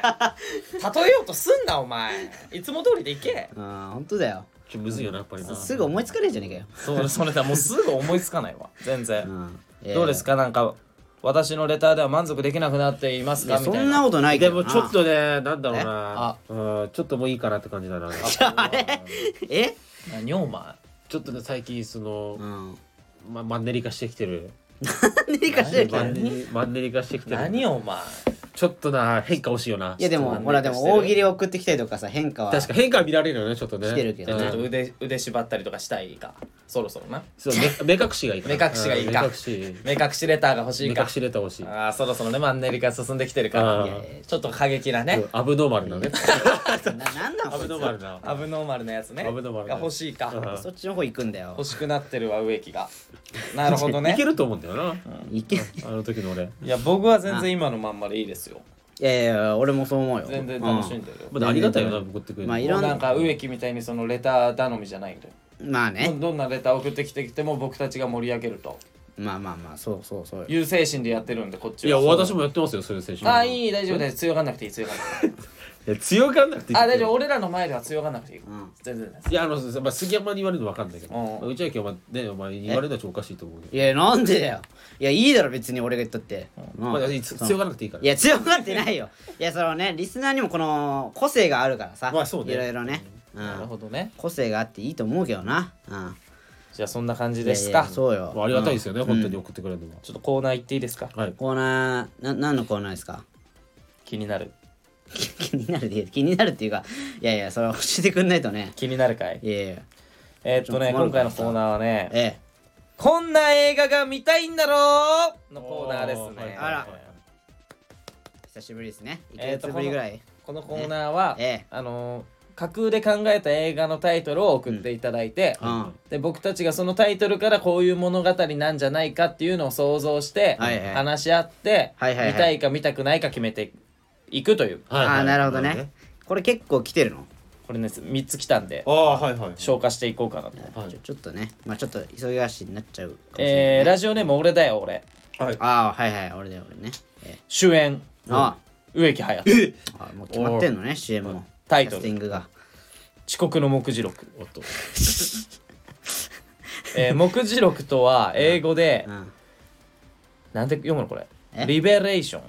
Speaker 2: ようとすんなお前いつも通りでいけ
Speaker 1: うん本当だよ
Speaker 3: ちょっとむずいよなやっぱりな
Speaker 1: すぐ思いつかねえじゃねえかよ
Speaker 2: そうそれだもうすぐ思いつかないわ全然、
Speaker 1: うん
Speaker 2: どうですかなんか私のレターでは満足できなくなっていま
Speaker 1: い
Speaker 2: すか
Speaker 1: や
Speaker 2: みたい
Speaker 1: そ
Speaker 2: なん
Speaker 1: なことないけ
Speaker 3: で
Speaker 1: ど
Speaker 3: も
Speaker 1: な
Speaker 3: ちょっとねなんだろうな
Speaker 2: あ
Speaker 3: うんちょっともういいかなって感じだな
Speaker 1: え
Speaker 2: 何お前
Speaker 3: ちょっとね最近その
Speaker 1: う、ん
Speaker 3: まマンネリ化してきてる
Speaker 1: 何で理科してる
Speaker 3: マン
Speaker 1: い
Speaker 3: ネリマンネリ化してきてる
Speaker 2: 何お前
Speaker 3: ちょっとな変化欲しいよない
Speaker 1: やでもほらでも大喜利送ってきたりとかさ変化は
Speaker 3: 確か変化見られるよねちょっとね
Speaker 1: 来てるけど
Speaker 2: ちょっ
Speaker 1: ね
Speaker 2: と腕腕縛ったりとかしたいかそろそろな
Speaker 3: そう目目隠しがいいか
Speaker 2: 目
Speaker 3: ら
Speaker 2: 隠しがいいか
Speaker 3: うん目隠し
Speaker 2: 目隠しレターが欲しい
Speaker 3: 目隠
Speaker 2: か
Speaker 3: しレター欲しい
Speaker 2: あーそろそろねマンネリ化進んできてるか
Speaker 3: あ
Speaker 2: らい
Speaker 3: ー
Speaker 2: やいやちょっと過激なね
Speaker 3: アブノーマルなね
Speaker 1: ななんなん
Speaker 3: アブ
Speaker 1: こ
Speaker 3: ノ ーマルな
Speaker 2: アブノーマルなやつね
Speaker 3: アブノーマルな
Speaker 2: が欲しいか
Speaker 3: うん
Speaker 1: いつそっちの方行くんだよ
Speaker 2: 欲しくなってるわ植木がなるほどね
Speaker 3: いけると思うんだよな
Speaker 1: 行けい
Speaker 3: あの時の俺
Speaker 2: いや僕は全然今のまんまでいいですよ
Speaker 1: やいや俺もそう思うよ
Speaker 2: 全然楽しんでるよ、
Speaker 3: まだありがたいよな送ってくれる
Speaker 1: まあい
Speaker 2: も
Speaker 1: ろ
Speaker 2: うんなんか植木みたいにそのレター頼みじゃないんだよ
Speaker 1: うんまあ
Speaker 2: も
Speaker 1: ね
Speaker 2: うどんなレター送ってきてきても僕たちが盛り上げると
Speaker 1: まあまあまあそうそうそうよ
Speaker 2: いう精神でやってるんでこっち
Speaker 3: い
Speaker 2: は
Speaker 3: や私もやってますよそういう選手
Speaker 2: ああいい大丈夫です強がんなくていい強がんなくていい
Speaker 3: いや強がんなくていい
Speaker 2: あ大丈夫俺らの前では強がんなくていい、
Speaker 1: ん
Speaker 2: 全然です
Speaker 3: いやあの、まあ、杉山に言われるの分かんないけど、
Speaker 2: うん
Speaker 3: まあ、内訳はねお前言われるのはちょっとおかしいと思うけど
Speaker 1: いやなんでだよいやいいだろ別に俺が言ったって、うん
Speaker 3: まあ、いつ強がらなくていいから
Speaker 1: いや強がってないよいやそのねリスナーにもこの個性があるからさ、
Speaker 3: まあそうね
Speaker 1: いろいろね、う
Speaker 2: なる
Speaker 1: ん、
Speaker 2: ほどね
Speaker 1: 個性があっていいと思うけどな、うん、
Speaker 2: じゃあそんな感じ
Speaker 1: い
Speaker 2: で
Speaker 1: やい
Speaker 2: す
Speaker 1: や
Speaker 2: か
Speaker 1: そうよ、
Speaker 3: まあ、ありがたいです
Speaker 1: よ、
Speaker 3: よね、本当に送ってくれるのは、
Speaker 2: ちょっとコーナー行っていいですか
Speaker 3: はい
Speaker 1: コーナーな何のコーナーですか
Speaker 2: 気になる
Speaker 1: 気になるで気になるっていうかいやいやそれは教えてくんないとね
Speaker 2: 気になるかい
Speaker 1: いやいや
Speaker 2: えーっと
Speaker 1: ちょっと
Speaker 2: ね
Speaker 1: 困
Speaker 2: 今
Speaker 1: るか
Speaker 2: 回
Speaker 1: ら
Speaker 2: のコーナーはね
Speaker 1: え
Speaker 2: こんな映画が見たいんだろうのコーナーです
Speaker 3: はい
Speaker 2: ね
Speaker 1: あらえ久しぶりですね1ヶ
Speaker 2: えーと
Speaker 1: 月ぶりぐらい、
Speaker 2: このコーナーは、
Speaker 1: ええ
Speaker 2: あのー架空で考えた映画のタイトルを送っていただいて、
Speaker 1: うん
Speaker 2: で僕たちがそのタイトルからこういう物語なんじゃないかっていうのを想像して、
Speaker 1: はいはい
Speaker 2: 話し合って、
Speaker 1: はいはいはい
Speaker 2: 見たいか見たくないか決めていくという
Speaker 3: はいはい
Speaker 1: ああなるほどね,、これ結構来てるの
Speaker 2: これね3つ来たんで
Speaker 3: ああはいはい
Speaker 2: 消化していこうかなと、
Speaker 3: はい
Speaker 1: ちょちょっとねまあちょっと急ぎ足になっちゃうかもしれない、
Speaker 2: えーラジオネーム俺だよ俺
Speaker 3: はい
Speaker 1: ああはいはい俺だよ俺ね、え
Speaker 2: 主演
Speaker 1: えあ
Speaker 2: 植木隼人
Speaker 1: ああもう決まってんのね CM も
Speaker 2: タイトル
Speaker 1: キャスティングが
Speaker 2: 遅刻の目次録、
Speaker 3: おっと
Speaker 2: えー目次録 とは英語で、
Speaker 1: うん
Speaker 2: なんて読むのこれ
Speaker 1: え
Speaker 2: リベレーション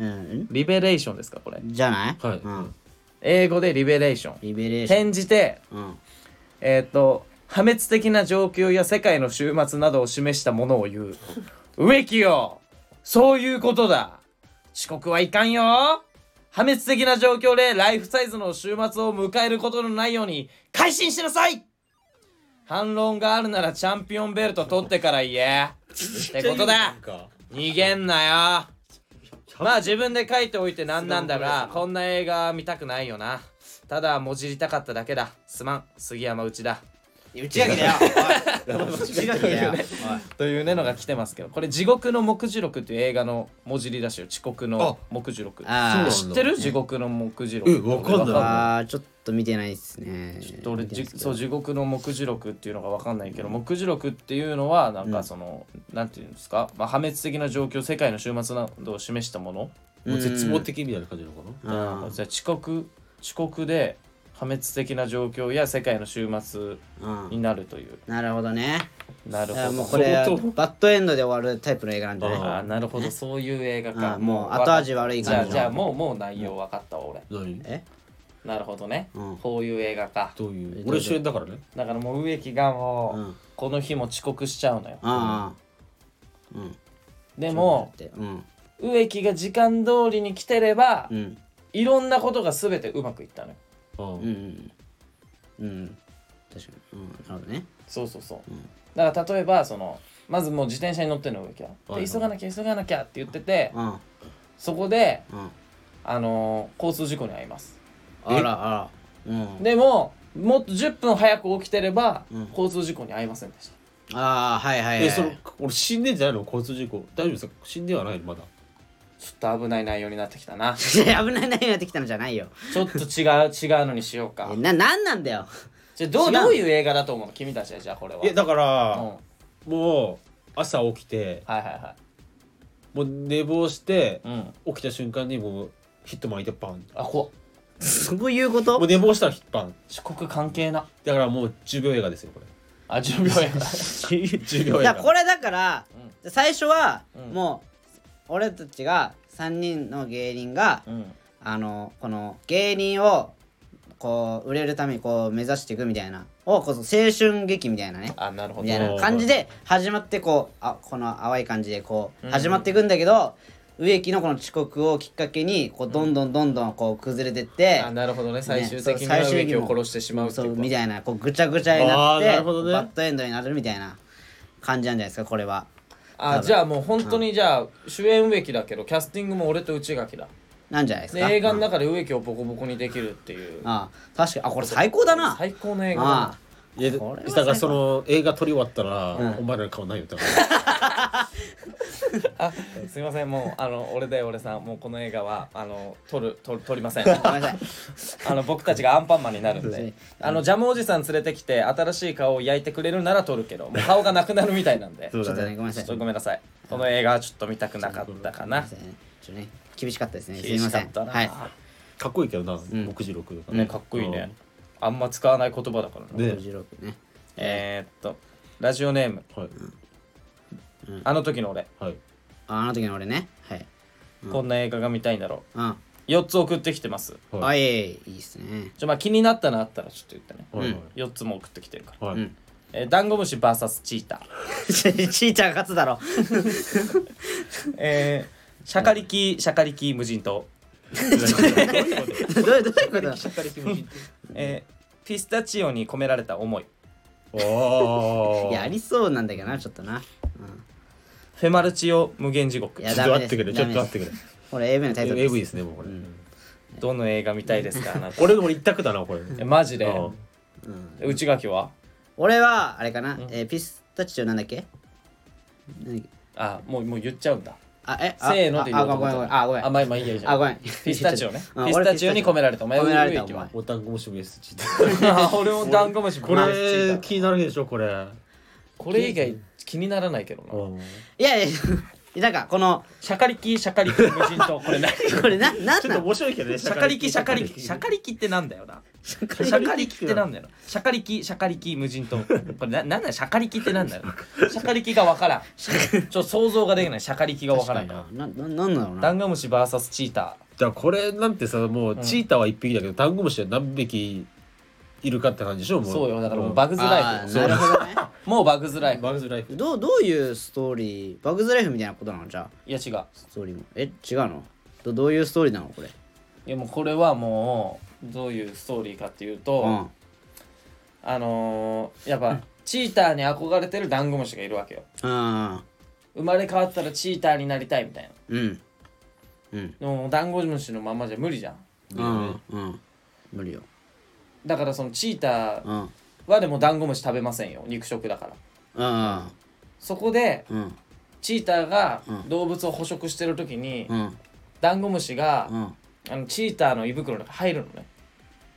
Speaker 1: うん
Speaker 2: リベレーションですかこれ
Speaker 1: じゃない、
Speaker 3: はい
Speaker 1: うん、
Speaker 2: 英語でリベレーション
Speaker 1: リベレーション、
Speaker 2: 転じて
Speaker 1: うん、
Speaker 2: えっ、と破滅的な状況や世界の終末などを示したものを言う植木よそういうことだ遅刻はいかんよ破滅的な状況でライフサイズの終末を迎えることのないように改心しなさい反論があるならチャンピオンベルト取ってから言えってことだ逃げんなよまあ自分で書いておいてなんなんだがこんな映画見たくないよなただもじりたかっただけだすまん杉山うちだ
Speaker 1: 打ち上げだよ おい打ち上げだよおい
Speaker 2: というねのが来てますけどこれ「地獄の目次録」っていう映画の文字りだしよ遅刻の目次録
Speaker 1: あー
Speaker 3: そう
Speaker 2: 知
Speaker 3: なんだ
Speaker 2: ってる地獄の目次録
Speaker 3: えわかんない
Speaker 1: あーちょっと見てないですね
Speaker 2: ちょっと俺
Speaker 1: 見てない
Speaker 2: じ
Speaker 1: ですけど
Speaker 2: そう地獄の目次録っていうのが分かんないけど、目次録っていうのはなんかその、なんていうんですか、まあ、破滅的な状況世界の終末などを示したもの、
Speaker 3: もう絶望的みたいな感じなのかな
Speaker 1: あ
Speaker 2: じゃあ遅刻遅刻で破滅的な状況や世界の終末
Speaker 1: ーうん
Speaker 2: になるという、
Speaker 1: なるほどね
Speaker 2: なる
Speaker 1: いや
Speaker 2: ほ
Speaker 1: もう
Speaker 2: ど
Speaker 1: これバ
Speaker 3: 相当
Speaker 1: ッドエンドで終わるタイプの映画なんじゃ
Speaker 2: あ
Speaker 1: ない
Speaker 2: ーなるほどそういう映画か
Speaker 1: うんもう
Speaker 2: わかっ
Speaker 1: 後
Speaker 2: た
Speaker 1: 味悪い感じの
Speaker 2: じゃあじゃあもうもう内容分かったわ俺
Speaker 3: 何
Speaker 1: え
Speaker 2: なるほどね、
Speaker 1: うん
Speaker 2: こういう映画か
Speaker 3: どういう俺主演だからね
Speaker 2: だからもう植木がもう、
Speaker 1: うん
Speaker 2: この日も遅刻しちゃうのよ
Speaker 1: ああうん
Speaker 2: でも
Speaker 1: ちょっと待って
Speaker 2: 植木が時間通りに来てれば、
Speaker 1: うんうん
Speaker 2: いろんなことが全てうまくいったのよ
Speaker 1: う
Speaker 3: うん
Speaker 1: んうんうん確かにうんなるほどね
Speaker 2: そうそうそう、
Speaker 1: ん
Speaker 2: だから例えばそのまずもう自転車に乗ってんの植木は、
Speaker 3: はいは
Speaker 2: で
Speaker 3: い
Speaker 2: 急がなきゃ急がなきゃって言ってて、
Speaker 1: うんうん
Speaker 2: そこであのー交通事故に遭います
Speaker 1: あらあらうん
Speaker 2: でももっと10分早く起きてれば、
Speaker 1: うん
Speaker 2: 交通事故に遭いませんでした
Speaker 1: ああはいはいはい
Speaker 3: えその俺死んでんじゃないの交通事故大丈夫ですか死んではないのまだ
Speaker 2: ちょっと危ない内容になってき たな
Speaker 1: いや 危ない内容になってきたのじゃないよ
Speaker 2: ちょっと違う違うのにしようか
Speaker 1: えななんなんだよ
Speaker 2: じゃあど
Speaker 1: 違
Speaker 2: う
Speaker 1: う
Speaker 2: どういう映画だと思うの君たちはじゃあこれはい
Speaker 3: やだか
Speaker 2: うん、
Speaker 3: ら
Speaker 2: は
Speaker 3: もう朝起きて
Speaker 2: いはいは
Speaker 3: もう寝坊して
Speaker 2: いうん
Speaker 3: 起きた瞬間にもうヒット巻いてバン
Speaker 2: あこ
Speaker 1: そういうこ
Speaker 3: もう
Speaker 1: と
Speaker 3: 寝坊したらヒットバン
Speaker 2: 遅刻関係な
Speaker 3: だからもう10秒映画ですよこれ
Speaker 2: あ10秒 や
Speaker 3: 10
Speaker 1: い
Speaker 3: 秒映
Speaker 1: や
Speaker 3: 画
Speaker 1: これだから
Speaker 2: うん
Speaker 1: 最初は
Speaker 2: うん
Speaker 1: もう俺たちが3人の芸人が
Speaker 2: うん
Speaker 1: あのこの芸人をこう売れるためにこう目指していくみたいなをこそ青春劇みたいなね
Speaker 2: あなるほ
Speaker 1: み
Speaker 2: ど
Speaker 1: たいな感じで始まってこうあこの淡い感じでこう
Speaker 2: うん
Speaker 1: 始まっていくんだけど、植木のこの遅刻をきっかけにこうどんどんどんどんこう崩れてって、
Speaker 2: あなるほどね最終
Speaker 1: そう
Speaker 2: 的に
Speaker 1: 最
Speaker 2: は
Speaker 1: 終
Speaker 2: 植
Speaker 1: 的に
Speaker 2: 木
Speaker 1: も
Speaker 2: を殺してしまうって
Speaker 1: そ
Speaker 2: いう
Speaker 1: う
Speaker 2: こと
Speaker 1: みたいなこうぐちゃぐちゃになって
Speaker 3: あーなるほどね
Speaker 1: バッドエンドになるみたいな感じなんじゃないですかこれは
Speaker 2: あじゃあもう本当にじゃあ主演植木だけどキャスティングも俺と内垣だ
Speaker 1: なんじゃないです
Speaker 2: で
Speaker 1: か
Speaker 2: 映画の
Speaker 1: うん
Speaker 2: 中で植木をボコボコにできるっていう
Speaker 1: ああ確かにあこれ最高だな
Speaker 2: 最高の映画だ
Speaker 1: あ
Speaker 2: な
Speaker 1: あ
Speaker 3: いやだ
Speaker 1: これは最高
Speaker 3: からその映画撮り終わったら、お前らの顔ないよ多分
Speaker 2: あすいませんもうあの俺だよ俺さんもうこの映画はあの撮る撮る撮り ません
Speaker 1: ごめんなさい
Speaker 2: あの僕たちがアンパンマンになるん
Speaker 1: そうで
Speaker 2: ですあのジャムおじさん連れてきて新しい顔を焼いてくれるなら撮るけどもう顔がなくなるみたいなんで
Speaker 1: ちょっとねごめんなさい
Speaker 2: ちょっとごめんなさいこの映画はちょっと見たくなかったかな
Speaker 1: すいませんちょっとね厳しかったですねす
Speaker 2: 厳
Speaker 1: いま
Speaker 2: しか
Speaker 1: せ
Speaker 2: っ
Speaker 1: ん
Speaker 2: たな、
Speaker 1: はい
Speaker 3: かっこいいけどな目次録とか
Speaker 2: ねかっこいいね、あんま使わない言葉だからな
Speaker 3: ね
Speaker 1: 56ね
Speaker 2: えー、っとラジオネーム
Speaker 3: はい
Speaker 2: あの時の俺、
Speaker 3: はい
Speaker 1: ああの時の俺ねはい
Speaker 2: こんな映画が見たいんだろ
Speaker 1: あ
Speaker 2: う4つ送ってきてます
Speaker 1: あ、
Speaker 3: は
Speaker 1: あい
Speaker 3: い
Speaker 1: えいえいいっすね
Speaker 2: ちょまあ気になったのあったらちょっと言ってね
Speaker 3: はい
Speaker 2: 4つも送ってきてるから、
Speaker 3: はい
Speaker 1: うん
Speaker 2: えー、ダンゴムシ VS チータ
Speaker 1: チーター勝つだろ
Speaker 2: ーえー、シャカリキシャカリキ無人島、
Speaker 1: どうどういうこと だ
Speaker 3: しっかり気持ちいい
Speaker 2: えー、ピスタチオに込められた思い
Speaker 3: お
Speaker 1: いやありそうなんだけどなちょっとな
Speaker 2: フェマルチオ無限地獄
Speaker 1: いや
Speaker 3: ちょっと待ってくれち
Speaker 1: ダ
Speaker 3: ょ
Speaker 1: メ
Speaker 3: っ
Speaker 1: です
Speaker 3: と待ってく
Speaker 1: これ AV のタイトル
Speaker 3: れ AV ですねもうこれ
Speaker 2: どの映画見たいですかあ なた
Speaker 3: 俺の俺一択だなこれ
Speaker 2: えマジで
Speaker 3: うん
Speaker 2: 内垣は
Speaker 1: 俺はあれかな、えーピスタチオなんだっけなんだっけ
Speaker 2: あもうもう言っちゃうんだ
Speaker 1: あえあ
Speaker 2: せーので言
Speaker 1: あ
Speaker 2: おうと
Speaker 1: ご
Speaker 2: 思
Speaker 1: め
Speaker 2: っ
Speaker 1: ん
Speaker 2: た
Speaker 1: ご
Speaker 2: の
Speaker 1: めんあご
Speaker 2: に
Speaker 1: めん
Speaker 2: あまあまあいいやいいや
Speaker 1: あごめん
Speaker 2: ピスタチオね
Speaker 1: うん
Speaker 2: ピスタチオに込められたお前
Speaker 1: 俺ピスタチオ
Speaker 2: 植木
Speaker 1: 込めら
Speaker 2: は
Speaker 1: れたお
Speaker 3: おたんごむしもやすち
Speaker 2: あ 俺もダンゴムシ
Speaker 3: これ気になるでしょこれ
Speaker 2: これ以外気にならないけどな
Speaker 1: 前いやいやなんかこの
Speaker 2: シャカリキシャカリキ無人 島これ何
Speaker 1: これななん
Speaker 3: ちょ っ
Speaker 1: な
Speaker 3: と
Speaker 1: の
Speaker 3: 面白いけどね
Speaker 2: シャカリキシャカリキシャカリキってなんだよなシャカリキってなんだよなシャカリキシャカリキ無人島これななんだよシャカリキってなんだよシャカリキがわからんちょっと想像ができないシャカリキがわからんな
Speaker 1: なななんだろう
Speaker 2: ダ
Speaker 1: な
Speaker 2: ンゴムシ VS チータ
Speaker 3: じゃあこれなんてさもうチーターは一匹だけどダンゴムシは何匹いるかって感じでしょ
Speaker 2: ー
Speaker 3: もう
Speaker 2: そうよだからもう
Speaker 3: バ
Speaker 2: バグズラ
Speaker 1: あ
Speaker 2: イ
Speaker 1: ー
Speaker 2: フよ
Speaker 1: なるほどね
Speaker 2: もうバグズライフ
Speaker 3: グズライフ
Speaker 1: どうどういうストーリーバグズライフみたいなことなのじゃあ
Speaker 2: いや違う
Speaker 1: ストーリーもえ違うのどどういうストーリーなのこれ
Speaker 2: いやもうこれはもうどういうストーリーかっていうと、
Speaker 1: うん
Speaker 2: あのー、やっぱチーターに憧れてるダンゴムシがいるわけよ
Speaker 1: あ
Speaker 2: 生まれ変わったらチーターになりたいみたいな
Speaker 1: ーうんうん
Speaker 2: でもダンゴムシのままじゃ無理じゃん
Speaker 1: うんうん無理よ
Speaker 2: だからそのチーター
Speaker 1: うん
Speaker 2: はでもダンゴムシ食べませんよ肉食だから
Speaker 1: うん
Speaker 2: そこで
Speaker 1: うん
Speaker 2: チーターが
Speaker 1: うん
Speaker 2: 動物を捕食してる時に、
Speaker 1: うん
Speaker 2: ダンゴムシが
Speaker 1: う、ん
Speaker 2: あのチーターの胃袋の中入るのね、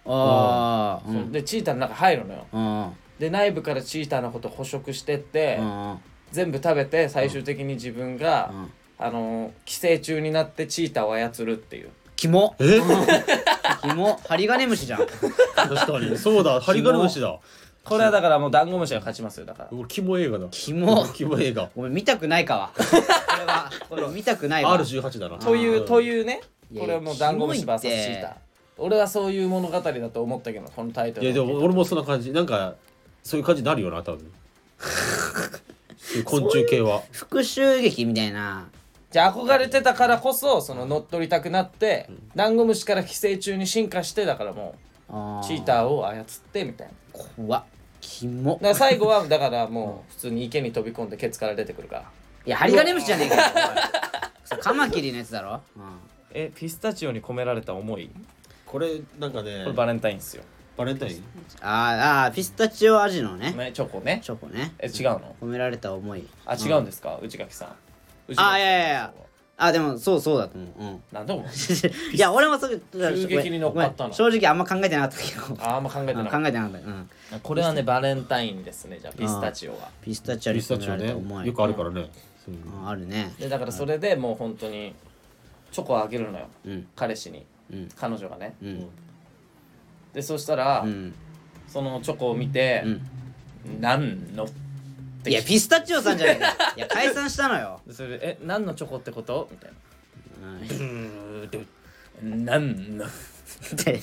Speaker 1: ああう
Speaker 2: そうんでチーターの中入るのよ
Speaker 1: うん
Speaker 2: で内部からチーターのことを捕食してって、
Speaker 1: うん
Speaker 2: 全部食べて最終的に自分が、
Speaker 1: うん
Speaker 2: あのー寄生虫になってチーターを操るっていう
Speaker 1: キモ
Speaker 3: え
Speaker 1: キモハリガネムシじゃん
Speaker 3: 確かにそう だハリガネムシだ
Speaker 2: これはだからもうダンゴムシが勝ちますよだから
Speaker 3: 俺キモ映画だ
Speaker 1: キモ
Speaker 3: キモ 映画
Speaker 1: ごめん見たくないかはこれはこれ見たくないわ
Speaker 3: R18 だな
Speaker 2: というと
Speaker 3: う
Speaker 2: いうね
Speaker 1: いや
Speaker 2: これはもうダンゴムシ
Speaker 1: キモい
Speaker 2: VS
Speaker 1: っ
Speaker 2: チ
Speaker 1: て
Speaker 2: ーター俺はそういう物語だと思ったけどこのタイト
Speaker 3: い
Speaker 2: ル
Speaker 3: やでも俺もそんな感じなんかそういう感じになるよな多 分そういう昆虫系は
Speaker 1: 復讐劇みたいな
Speaker 2: じゃあ憧れてたからこそその乗っ取りたくなってダンゴムシから寄生虫に進化してだからもうチー
Speaker 1: ー
Speaker 2: ターを操ってみたいなだ
Speaker 1: 怖っキモ
Speaker 2: から最後はだ からもう普通に池に飛び込んでケツから出てくるから
Speaker 1: いやハリガネムシじゃねえかよおいそうカマキリのやつだろ、う
Speaker 2: えピスタチオに込められた思い
Speaker 3: これなんかね
Speaker 2: これバレンタインっすよ
Speaker 3: バレンタイン
Speaker 1: ん、あーあーピスタチオ味のね
Speaker 2: ねチョコね
Speaker 1: チョコね
Speaker 2: え違うの
Speaker 1: 褒められた思い
Speaker 2: あ違うんですか内垣さん内垣さん
Speaker 1: あいやいやいやあでもそうそうだと思う、うん
Speaker 2: なんでも
Speaker 1: いや俺もそれ急
Speaker 2: 激に乗っかったの
Speaker 1: 正直あんま考えてなかったけど
Speaker 2: ああんま考えて
Speaker 1: うん
Speaker 2: な
Speaker 1: 考
Speaker 2: かっ
Speaker 1: えてなかったうん
Speaker 2: たこれはねバレンタインですねじゃあピスタチオは
Speaker 1: ピスタチオに
Speaker 3: ピスタ
Speaker 1: 込め
Speaker 3: チオ
Speaker 1: られ
Speaker 3: ね
Speaker 1: た思い
Speaker 3: よくあるからねそういうの
Speaker 1: うんあるね
Speaker 2: でだからそれでもう本当にチョコをあげるのよ
Speaker 1: うん
Speaker 2: 彼氏に
Speaker 1: うん
Speaker 2: 彼女がね
Speaker 1: うん
Speaker 2: でそしたら、
Speaker 1: うん
Speaker 2: そのチョコを見て
Speaker 1: うん
Speaker 2: 「何の?」って
Speaker 1: いやピスタチオさんじゃないかいや解散したの よ
Speaker 2: それでえ何のチョコってこと?」みたいな
Speaker 1: うん
Speaker 2: 「何の?」
Speaker 1: って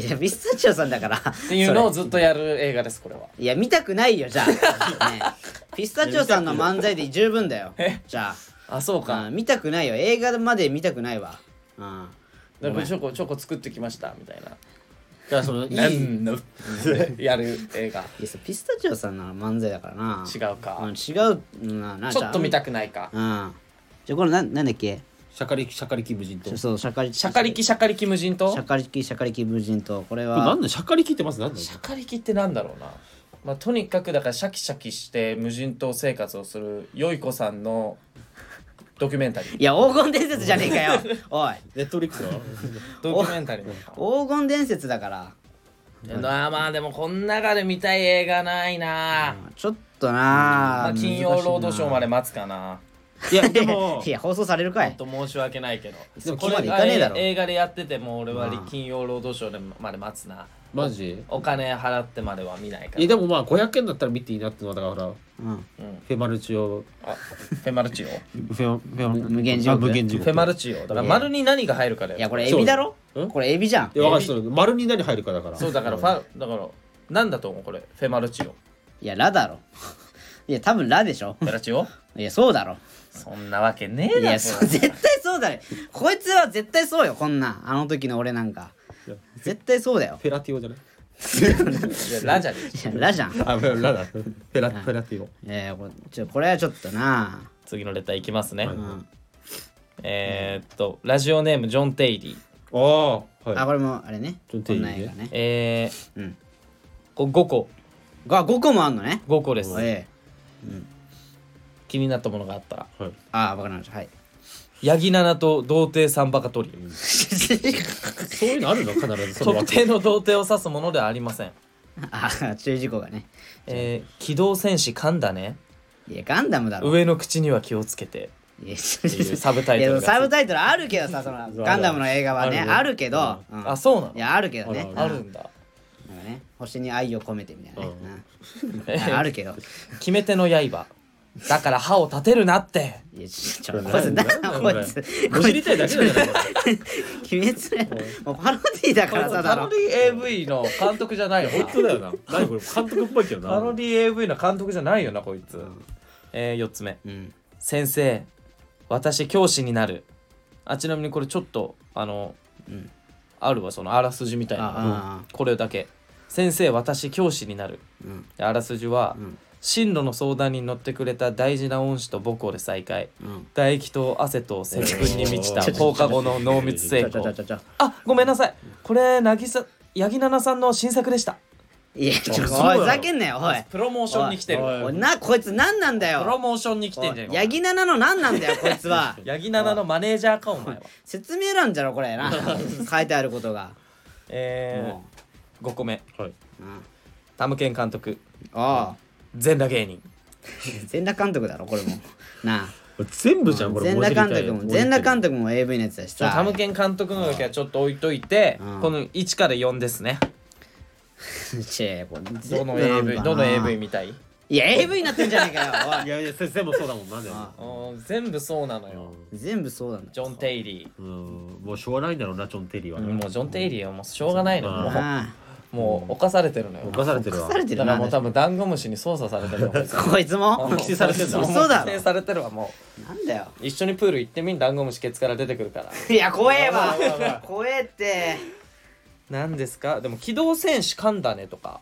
Speaker 1: いやピスタチオさんだから
Speaker 2: っていうのを
Speaker 1: そ
Speaker 2: ずっとやる映画ですこれは
Speaker 1: れいや見たくないよじゃ あ、ねえピスタチオさんの漫才で十分だよ
Speaker 2: え
Speaker 1: じゃ
Speaker 2: あそう
Speaker 1: あ、う
Speaker 2: か
Speaker 1: ん見たくないよ映画まで見たくないわ、うん、
Speaker 2: だからチョコチョコ作ってきましたみたいな
Speaker 3: からそのいい
Speaker 2: なん のやる映画
Speaker 1: いやそうピスタチオさんの漫才だからな
Speaker 2: 違う
Speaker 1: う
Speaker 2: か
Speaker 1: ん違うなな
Speaker 2: ちょっと見た
Speaker 1: く
Speaker 2: くないか
Speaker 1: うんじゃあこれなんなんだっけ
Speaker 3: シャカリキシャカリキ無人島
Speaker 1: そうシャカリ
Speaker 2: シャカリキシャカリキ無人島
Speaker 1: シャカリキシャカリキ無人島これ
Speaker 3: これな
Speaker 1: は
Speaker 3: んだシャカリキってまずなんだ
Speaker 2: シャカリキってなんだろうな、まあ、とにかくだからシャキシャキして無人島生活をするよい子さんのドキュメンタ リー
Speaker 1: いや黄金伝説じゃねえか よおい
Speaker 3: ネットフリックスは
Speaker 2: ドキュメンタリー
Speaker 1: 黄金伝説だから
Speaker 2: なあまあでもこの中で見たい映画ないな、
Speaker 1: ちょっとな
Speaker 2: まあ、
Speaker 1: あ
Speaker 2: 金曜ロードショーまで待つかない
Speaker 3: やでも
Speaker 1: いや放送されるかい
Speaker 2: と申し訳ないけど
Speaker 1: そ
Speaker 2: こ
Speaker 1: こま
Speaker 2: れ
Speaker 1: でいかねえだろ
Speaker 2: が映画でやってても俺は
Speaker 1: まあ
Speaker 2: 金曜ロードショーでまで待つな
Speaker 3: マジ
Speaker 2: お金払ってまでは見ないか
Speaker 3: え
Speaker 2: ら
Speaker 3: でもまあ500円だったら見ていいなってのはだからほら
Speaker 1: うん
Speaker 3: フェマルチオ
Speaker 2: あフェマ ルチオフ
Speaker 3: フェフェ
Speaker 1: む無限地獄
Speaker 3: あ無限地獄
Speaker 2: ェマルチオだから丸に何が入るかだよ
Speaker 1: いやこれエビだろ
Speaker 3: そう
Speaker 1: これエビじゃん
Speaker 3: いやわかるその丸に何入るかだから
Speaker 2: そうだからファだからなんだと思うこれフェマルチオ
Speaker 1: いやラだろ いや多分ラでしょ
Speaker 2: フェラチオ
Speaker 1: いやそうだろ
Speaker 2: そんなわけねえ
Speaker 1: い
Speaker 2: だろ
Speaker 1: やそう絶対そうだねこいつは絶対そうよこんなんあの時の俺なんか
Speaker 3: いや
Speaker 1: 絶対そうだよ
Speaker 3: フェラティオじゃない
Speaker 2: いやラジャリ
Speaker 1: いやラじゃん
Speaker 3: あフェラだ フェラフェラティオ
Speaker 1: えー、これちょこれはちょっとな
Speaker 2: 次のレターいきますね、
Speaker 1: うん
Speaker 2: えー、っとラジオネームジョン・テイリー
Speaker 3: ああ
Speaker 1: あ
Speaker 3: は
Speaker 1: これもあれね
Speaker 3: ちょっ
Speaker 1: こと
Speaker 3: いい
Speaker 1: ん
Speaker 3: ね
Speaker 1: な映画ね
Speaker 2: えー
Speaker 1: うん
Speaker 2: こ5個
Speaker 1: が5個もあんのね
Speaker 2: 5個です
Speaker 1: ええ
Speaker 2: 気になったものがあったら
Speaker 3: いはい
Speaker 1: ああ分かりましたはい
Speaker 2: ヤギナナと童貞サンバカトリ
Speaker 3: そういうのあるの必ずその
Speaker 2: 特定の童貞を指すものではありません、
Speaker 1: ああ注意事項がね
Speaker 2: えー、機動戦士噛んだね
Speaker 1: いやガンダムだろ
Speaker 2: 上の口には気をつけて
Speaker 1: いや
Speaker 2: いうサブタイトルが
Speaker 1: いやサブタイトルあるけどさそのガンダムの映画はね
Speaker 3: ある
Speaker 1: あるけど、うん
Speaker 2: あそうなの
Speaker 1: いやあるけどね
Speaker 3: あ
Speaker 2: ある
Speaker 1: うん
Speaker 2: んだ
Speaker 1: なんかね星に愛を込めてみたいなね、
Speaker 2: え
Speaker 1: うんああるけど
Speaker 2: 決め手の刃だから歯を立てるなって
Speaker 1: いやちょちょこいつなんだこいつ
Speaker 3: ご知りたいだけなん じゃないの
Speaker 1: 鬼滅ねもうパロディだからさだ
Speaker 2: パロ
Speaker 1: ろ
Speaker 2: ディ AV の監督じゃないよな
Speaker 3: 本当だよな何これ監督っぽいけど
Speaker 2: パロ
Speaker 3: な
Speaker 2: ディ AV の監督じゃないよなこいつ、えー、4つ目
Speaker 1: うん
Speaker 2: 先生私教師になるあちなみにこれちょっとあの、
Speaker 1: ん
Speaker 2: あるわそのあらすじみたい
Speaker 1: あ
Speaker 2: な
Speaker 1: あ
Speaker 2: これだけ先生私教師になる、
Speaker 1: うん
Speaker 2: であらすじは、
Speaker 1: ん
Speaker 2: 進路の相談に乗ってくれた大事な恩師と母校で再会
Speaker 1: うん
Speaker 2: 唾液と汗と接吻に満ちた
Speaker 3: おー
Speaker 2: 放課後の濃密
Speaker 1: ち
Speaker 2: 成
Speaker 1: ょちょちょ
Speaker 2: 功
Speaker 1: ちょちょ
Speaker 2: あごめんなさいこれなぎさ八木奈々さんの新作でした
Speaker 1: いやちょ
Speaker 3: あそう
Speaker 1: おい
Speaker 3: なの
Speaker 1: ふざけんなよおい
Speaker 2: プロモーションに来てる
Speaker 3: お
Speaker 2: プ
Speaker 3: いおい
Speaker 1: おいなこいつ何なんだ
Speaker 2: ロ
Speaker 1: よ
Speaker 2: モーションに来てんじゃん
Speaker 1: ヤギナナの何なんだよこいつ は
Speaker 2: 八木奈々のマネージャーかお前は
Speaker 1: 説明欄じゃろこれ な書いてあることが
Speaker 2: え
Speaker 1: も
Speaker 2: ー、5個目
Speaker 3: はい
Speaker 1: うんうん
Speaker 2: タムケン監督
Speaker 1: ああ
Speaker 2: 全裸芸人
Speaker 1: 全裸監督だろこれもなあ
Speaker 3: 全部じゃんこれ
Speaker 1: 全裸監督も全裸監
Speaker 3: 督
Speaker 1: 督も AV のやつだしさ
Speaker 2: タムケン監督のだけはちょっと置いといて
Speaker 1: うん
Speaker 2: この1から4ですね
Speaker 1: ちぇこれ
Speaker 2: ど
Speaker 1: 全部
Speaker 2: の
Speaker 1: なんだ
Speaker 2: AV
Speaker 1: な
Speaker 2: どの AV みたい
Speaker 1: いや AV になってんじゃねえかよ
Speaker 3: いやいや先生もそうだもんなんだよ
Speaker 1: あ
Speaker 2: うん全部そうなのよ
Speaker 1: おい全部そうなんだ
Speaker 2: ジョン・テイリ
Speaker 3: うんもうしょうがないんだろうなジョン・テリーは
Speaker 2: ー
Speaker 3: ね
Speaker 2: もうジョン・テイリーはもうしょうがないの
Speaker 3: うん
Speaker 2: も
Speaker 1: あ
Speaker 2: うもう犯されてるのよ
Speaker 3: 犯されてる
Speaker 1: あ
Speaker 3: わ
Speaker 1: されて
Speaker 2: だ
Speaker 1: る
Speaker 2: から
Speaker 1: な
Speaker 2: もう多分ダンゴムシに操作されてるわこ いつ
Speaker 1: こいつも
Speaker 2: もう
Speaker 3: 規制されてんだ
Speaker 2: もう
Speaker 1: 嘘だろ
Speaker 2: 規制されてるわも
Speaker 1: なんだよ
Speaker 2: う一緒にプール行ってみんダンゴムシケツから出てくるから
Speaker 1: いや怖え
Speaker 3: やばいやば
Speaker 1: わ
Speaker 3: い
Speaker 1: 怖えって
Speaker 2: 何ですかでも機動戦士噛んだねとか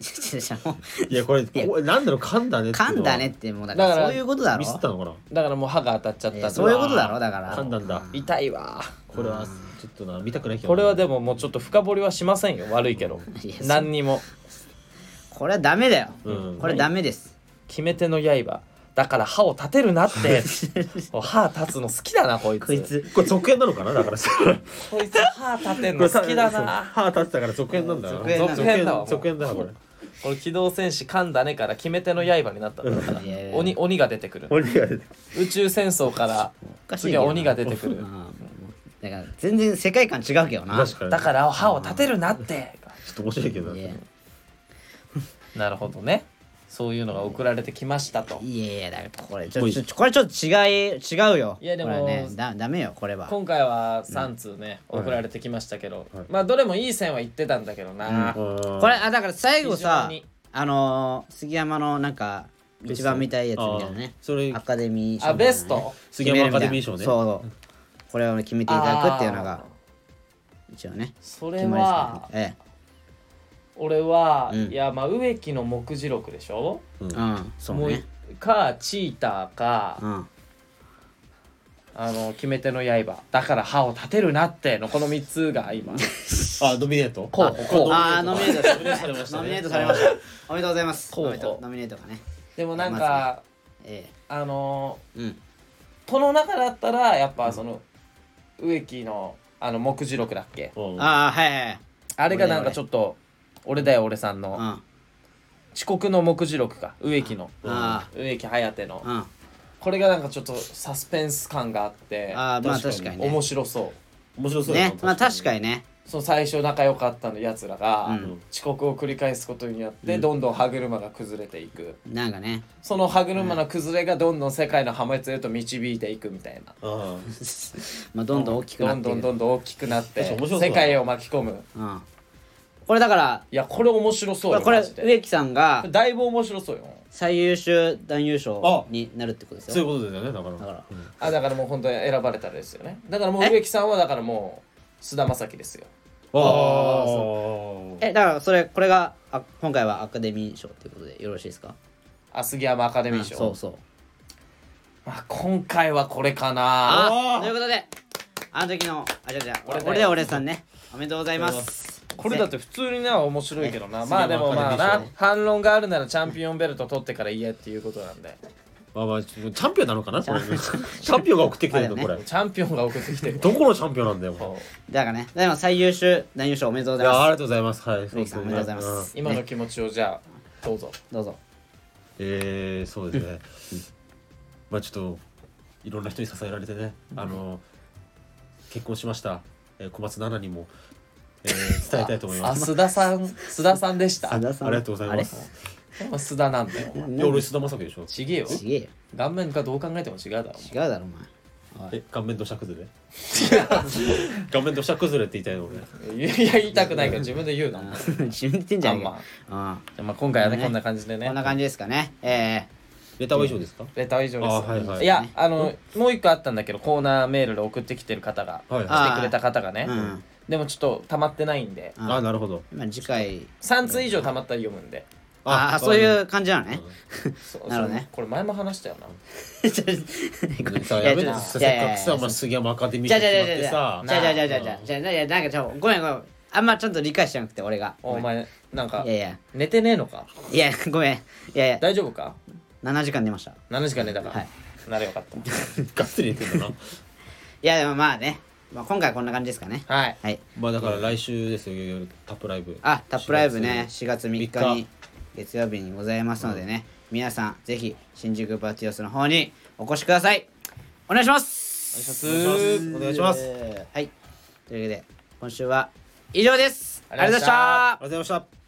Speaker 1: ちょちょちょもう
Speaker 3: いやこれこれなんだろう噛んだねっていうのは
Speaker 1: 噛んだねってもうだから
Speaker 2: だから
Speaker 1: そういうことだろ
Speaker 3: ミスったのかな
Speaker 2: だからもう歯が当たっちゃった
Speaker 1: い
Speaker 2: と
Speaker 1: や
Speaker 2: か
Speaker 1: そういうことだろだから
Speaker 3: 噛んだんだ
Speaker 2: 痛いわ
Speaker 3: これはちょっとな見たくないけど
Speaker 2: これはでももうちょっと深掘りはしませんよ悪いけど
Speaker 1: いやそう
Speaker 2: 何にも
Speaker 1: これはダメだよ
Speaker 3: うん
Speaker 1: これダメです
Speaker 2: 決め手の刃だから歯を立てるなって 歯立つの好きだなこいつ
Speaker 1: こいつ
Speaker 3: これ続編なのかなだからさ
Speaker 2: こいつ歯立てんの 好きだな
Speaker 3: 歯立ってたから続編なんだな
Speaker 1: 続編なんだ
Speaker 3: 続編
Speaker 2: だわ
Speaker 3: 続編だなこれ
Speaker 2: これ機動戦士噛んだねから決め手の刃になったんだから
Speaker 1: いやいや
Speaker 2: 鬼鬼が出てくる
Speaker 3: 鬼が出て
Speaker 2: 宇宙戦争から
Speaker 1: おかしいけ
Speaker 2: 次
Speaker 1: ど
Speaker 2: は
Speaker 1: な
Speaker 2: 鬼が出てくる
Speaker 1: ああだから全然世界観違うけどな
Speaker 3: 確かに
Speaker 2: だから歯を立てるなって
Speaker 3: ちょっと面白いけど
Speaker 1: いや
Speaker 2: なるほどねそういうのが送られてきましたと
Speaker 1: いやいやだからこれちょちょこれちょっと違い違うよ
Speaker 2: いやでも
Speaker 1: これねだダメよこれは
Speaker 2: 今回は3通ね、
Speaker 3: い
Speaker 2: 送られてきましたけど、
Speaker 3: はい
Speaker 2: まあどれもいい線は言ってたんだけどな、
Speaker 1: こ
Speaker 3: こ
Speaker 1: れあだから最後さ
Speaker 2: 非常に
Speaker 1: あのー杉山のなんか一番見たいやつみたいなね
Speaker 3: あーそれ
Speaker 1: アカデミー賞
Speaker 2: あ
Speaker 1: みたいなね
Speaker 2: ベスト
Speaker 3: 杉
Speaker 1: 決める
Speaker 3: 山
Speaker 1: みたいな
Speaker 3: アカデミー賞ね
Speaker 1: そうそうこれを決めていただくっていうのが一応ね
Speaker 2: それ
Speaker 1: 決まりで
Speaker 2: は
Speaker 1: すねえ
Speaker 2: 俺は、
Speaker 1: うん
Speaker 2: いやまあ植木の目次録でしょ
Speaker 1: えうんそうね
Speaker 2: もうかチーターか、
Speaker 1: うん
Speaker 2: あの決め手の刃だから歯を立てるなってのこの3つが今
Speaker 3: あノミネート
Speaker 2: こうこう
Speaker 1: あーノミネート
Speaker 3: ノミネートされましたね
Speaker 1: ノミネートされましたおめでとうございますノミ
Speaker 2: 候補
Speaker 1: ネートノミネートがね
Speaker 2: でもなん
Speaker 1: ま
Speaker 2: か、
Speaker 1: え
Speaker 2: あの
Speaker 1: えうん
Speaker 2: この中だったらやっぱその、植木のあの目次録だっけ
Speaker 3: うん
Speaker 1: ああはいはいはい
Speaker 2: あれがなんかちょっと俺だよ俺さん
Speaker 1: う
Speaker 2: の
Speaker 1: ん
Speaker 2: 遅刻の目次録か植木の
Speaker 1: あ
Speaker 2: 植木颯の
Speaker 1: うんあ
Speaker 2: これがなんかちょっとサスペンス感があって
Speaker 1: あまあ確かにね
Speaker 2: 面白そう
Speaker 3: 面白そうだな
Speaker 1: ねまあ確かにね
Speaker 2: その最初仲良かったのやつらが、
Speaker 1: うん
Speaker 2: 遅刻を繰り返すことによってどんどん歯車が崩れていく
Speaker 1: なんかね
Speaker 2: その歯車の崩れがどんどん世界の破滅へと導いていくみたいな
Speaker 3: あ
Speaker 1: まあどんどん大きくなって
Speaker 2: どんどんどんどん大きくなって
Speaker 3: 確かに面白そうだ
Speaker 2: 世
Speaker 3: な
Speaker 2: 界を巻き込む
Speaker 1: うんこれだから
Speaker 2: いやこれ面白そうよ
Speaker 1: これ
Speaker 2: マジで
Speaker 1: 植木さんが
Speaker 2: これだいぶ面白そうよ
Speaker 1: 最優秀男優賞になるってことです
Speaker 3: そういう
Speaker 1: よ
Speaker 3: ことだよねだから
Speaker 1: だから
Speaker 2: あだからもう本当に選ばれたらですよねだからもう植木さんはだからもう菅田将暉ですよ
Speaker 3: ああそう
Speaker 1: えだからそれこれがあ今回はアカデミー賞っていうことでよろしいですか
Speaker 2: あ杉山アカデミー賞、
Speaker 1: うんそうそう
Speaker 2: まあ、今回はこれか
Speaker 1: あ
Speaker 2: な
Speaker 3: あー
Speaker 1: ということであの時のあじゃあじゃあ
Speaker 2: 俺だよ
Speaker 1: 俺で俺さんねおめでとうございます
Speaker 2: これだって普通にね面白いけどな
Speaker 3: ね
Speaker 2: まあでもまあな
Speaker 3: 杉山アカデミー賞
Speaker 2: 反論があるならチャンピオンベルト取ってから言えっていうことなんで
Speaker 3: まあまあチャンピオンなのかなこれチャンピオンが送ってきてるの
Speaker 1: まあ
Speaker 3: こ
Speaker 1: だ
Speaker 3: れ
Speaker 2: チャンピオンが送ってきてる
Speaker 3: どこのチャンピオンなんだよこれ
Speaker 1: だからねでも最優秀男優賞おめでとうご
Speaker 3: い
Speaker 1: ざい
Speaker 3: やあり
Speaker 1: ま
Speaker 3: がとうございますはいそうそう
Speaker 1: ありがとうございます
Speaker 3: ん
Speaker 2: 今の気持ちをじゃあどうぞ
Speaker 1: すどうぞ
Speaker 3: えー、そうですねまあちょっといろんな人に支えられてねあの結婚しましたえー小松菜奈にも えー伝えたいと思い
Speaker 2: あ
Speaker 3: ます
Speaker 2: 須田さん須田さんでした
Speaker 1: 須田
Speaker 3: ありがとうございます
Speaker 2: でも須田なんだよお前
Speaker 3: いや俺菅田将暉でしょ
Speaker 2: ちげえよ
Speaker 1: ちげえよ
Speaker 2: 顔面かどう考えても違うだろ
Speaker 1: 違うだろお前おい
Speaker 3: え顔面土砂 崩れ顔面土砂崩れって言いたいの俺
Speaker 2: お前いやいや言いたくないから自分で言うなお前
Speaker 1: 自分で言ってんじゃんかうん
Speaker 2: じゃあまあ今回はね
Speaker 1: ね
Speaker 2: こんな感じで
Speaker 1: こ
Speaker 2: ね
Speaker 1: んな感じですかねえ
Speaker 3: ネタは以上ですか
Speaker 2: レター以上です
Speaker 3: あはいはい
Speaker 2: やあのもう一個あったんだけどコーナーメールで送ってきてる方が
Speaker 3: はい
Speaker 2: 来てくれた方がね
Speaker 1: うん
Speaker 2: でもちょっと溜まってないんで
Speaker 1: え
Speaker 3: あなるほど
Speaker 1: まあ次回
Speaker 2: 3通以上溜まったら読むんで
Speaker 1: ああそういう感じなのね
Speaker 2: そう
Speaker 1: なるほどね
Speaker 2: そうこれ前も話したよな
Speaker 1: ちょちょ
Speaker 3: あさあやめてさせっかくさお前杉山アカデミー賞決まってさ
Speaker 1: じゃあじゃあじゃあじゃあじゃあじゃあじゃあなんかちょごめんごめんあんまちゃんと理解してなくて俺が
Speaker 2: お前なんか
Speaker 1: いやいや
Speaker 2: 寝てねえのか
Speaker 1: いやごめんいやいや
Speaker 2: 大丈夫か
Speaker 1: 7時間寝ました
Speaker 2: 何時間寝たか
Speaker 1: はい
Speaker 2: ならよかっ
Speaker 3: がっつり言ってんだない
Speaker 1: やでもまあねまあ今回こんな感じですかね
Speaker 2: たはい
Speaker 1: はい
Speaker 3: まあだから来週ですよタップライブ
Speaker 1: あタップライブね4月3日
Speaker 3: 3
Speaker 1: に月曜日にございますのでね皆さんぜひ新宿バティオスの方にお越しくださいお願いします
Speaker 2: お願いします
Speaker 3: お願いします
Speaker 1: はいというわけで今週は以上ですありがとうございました
Speaker 3: ありがとうございました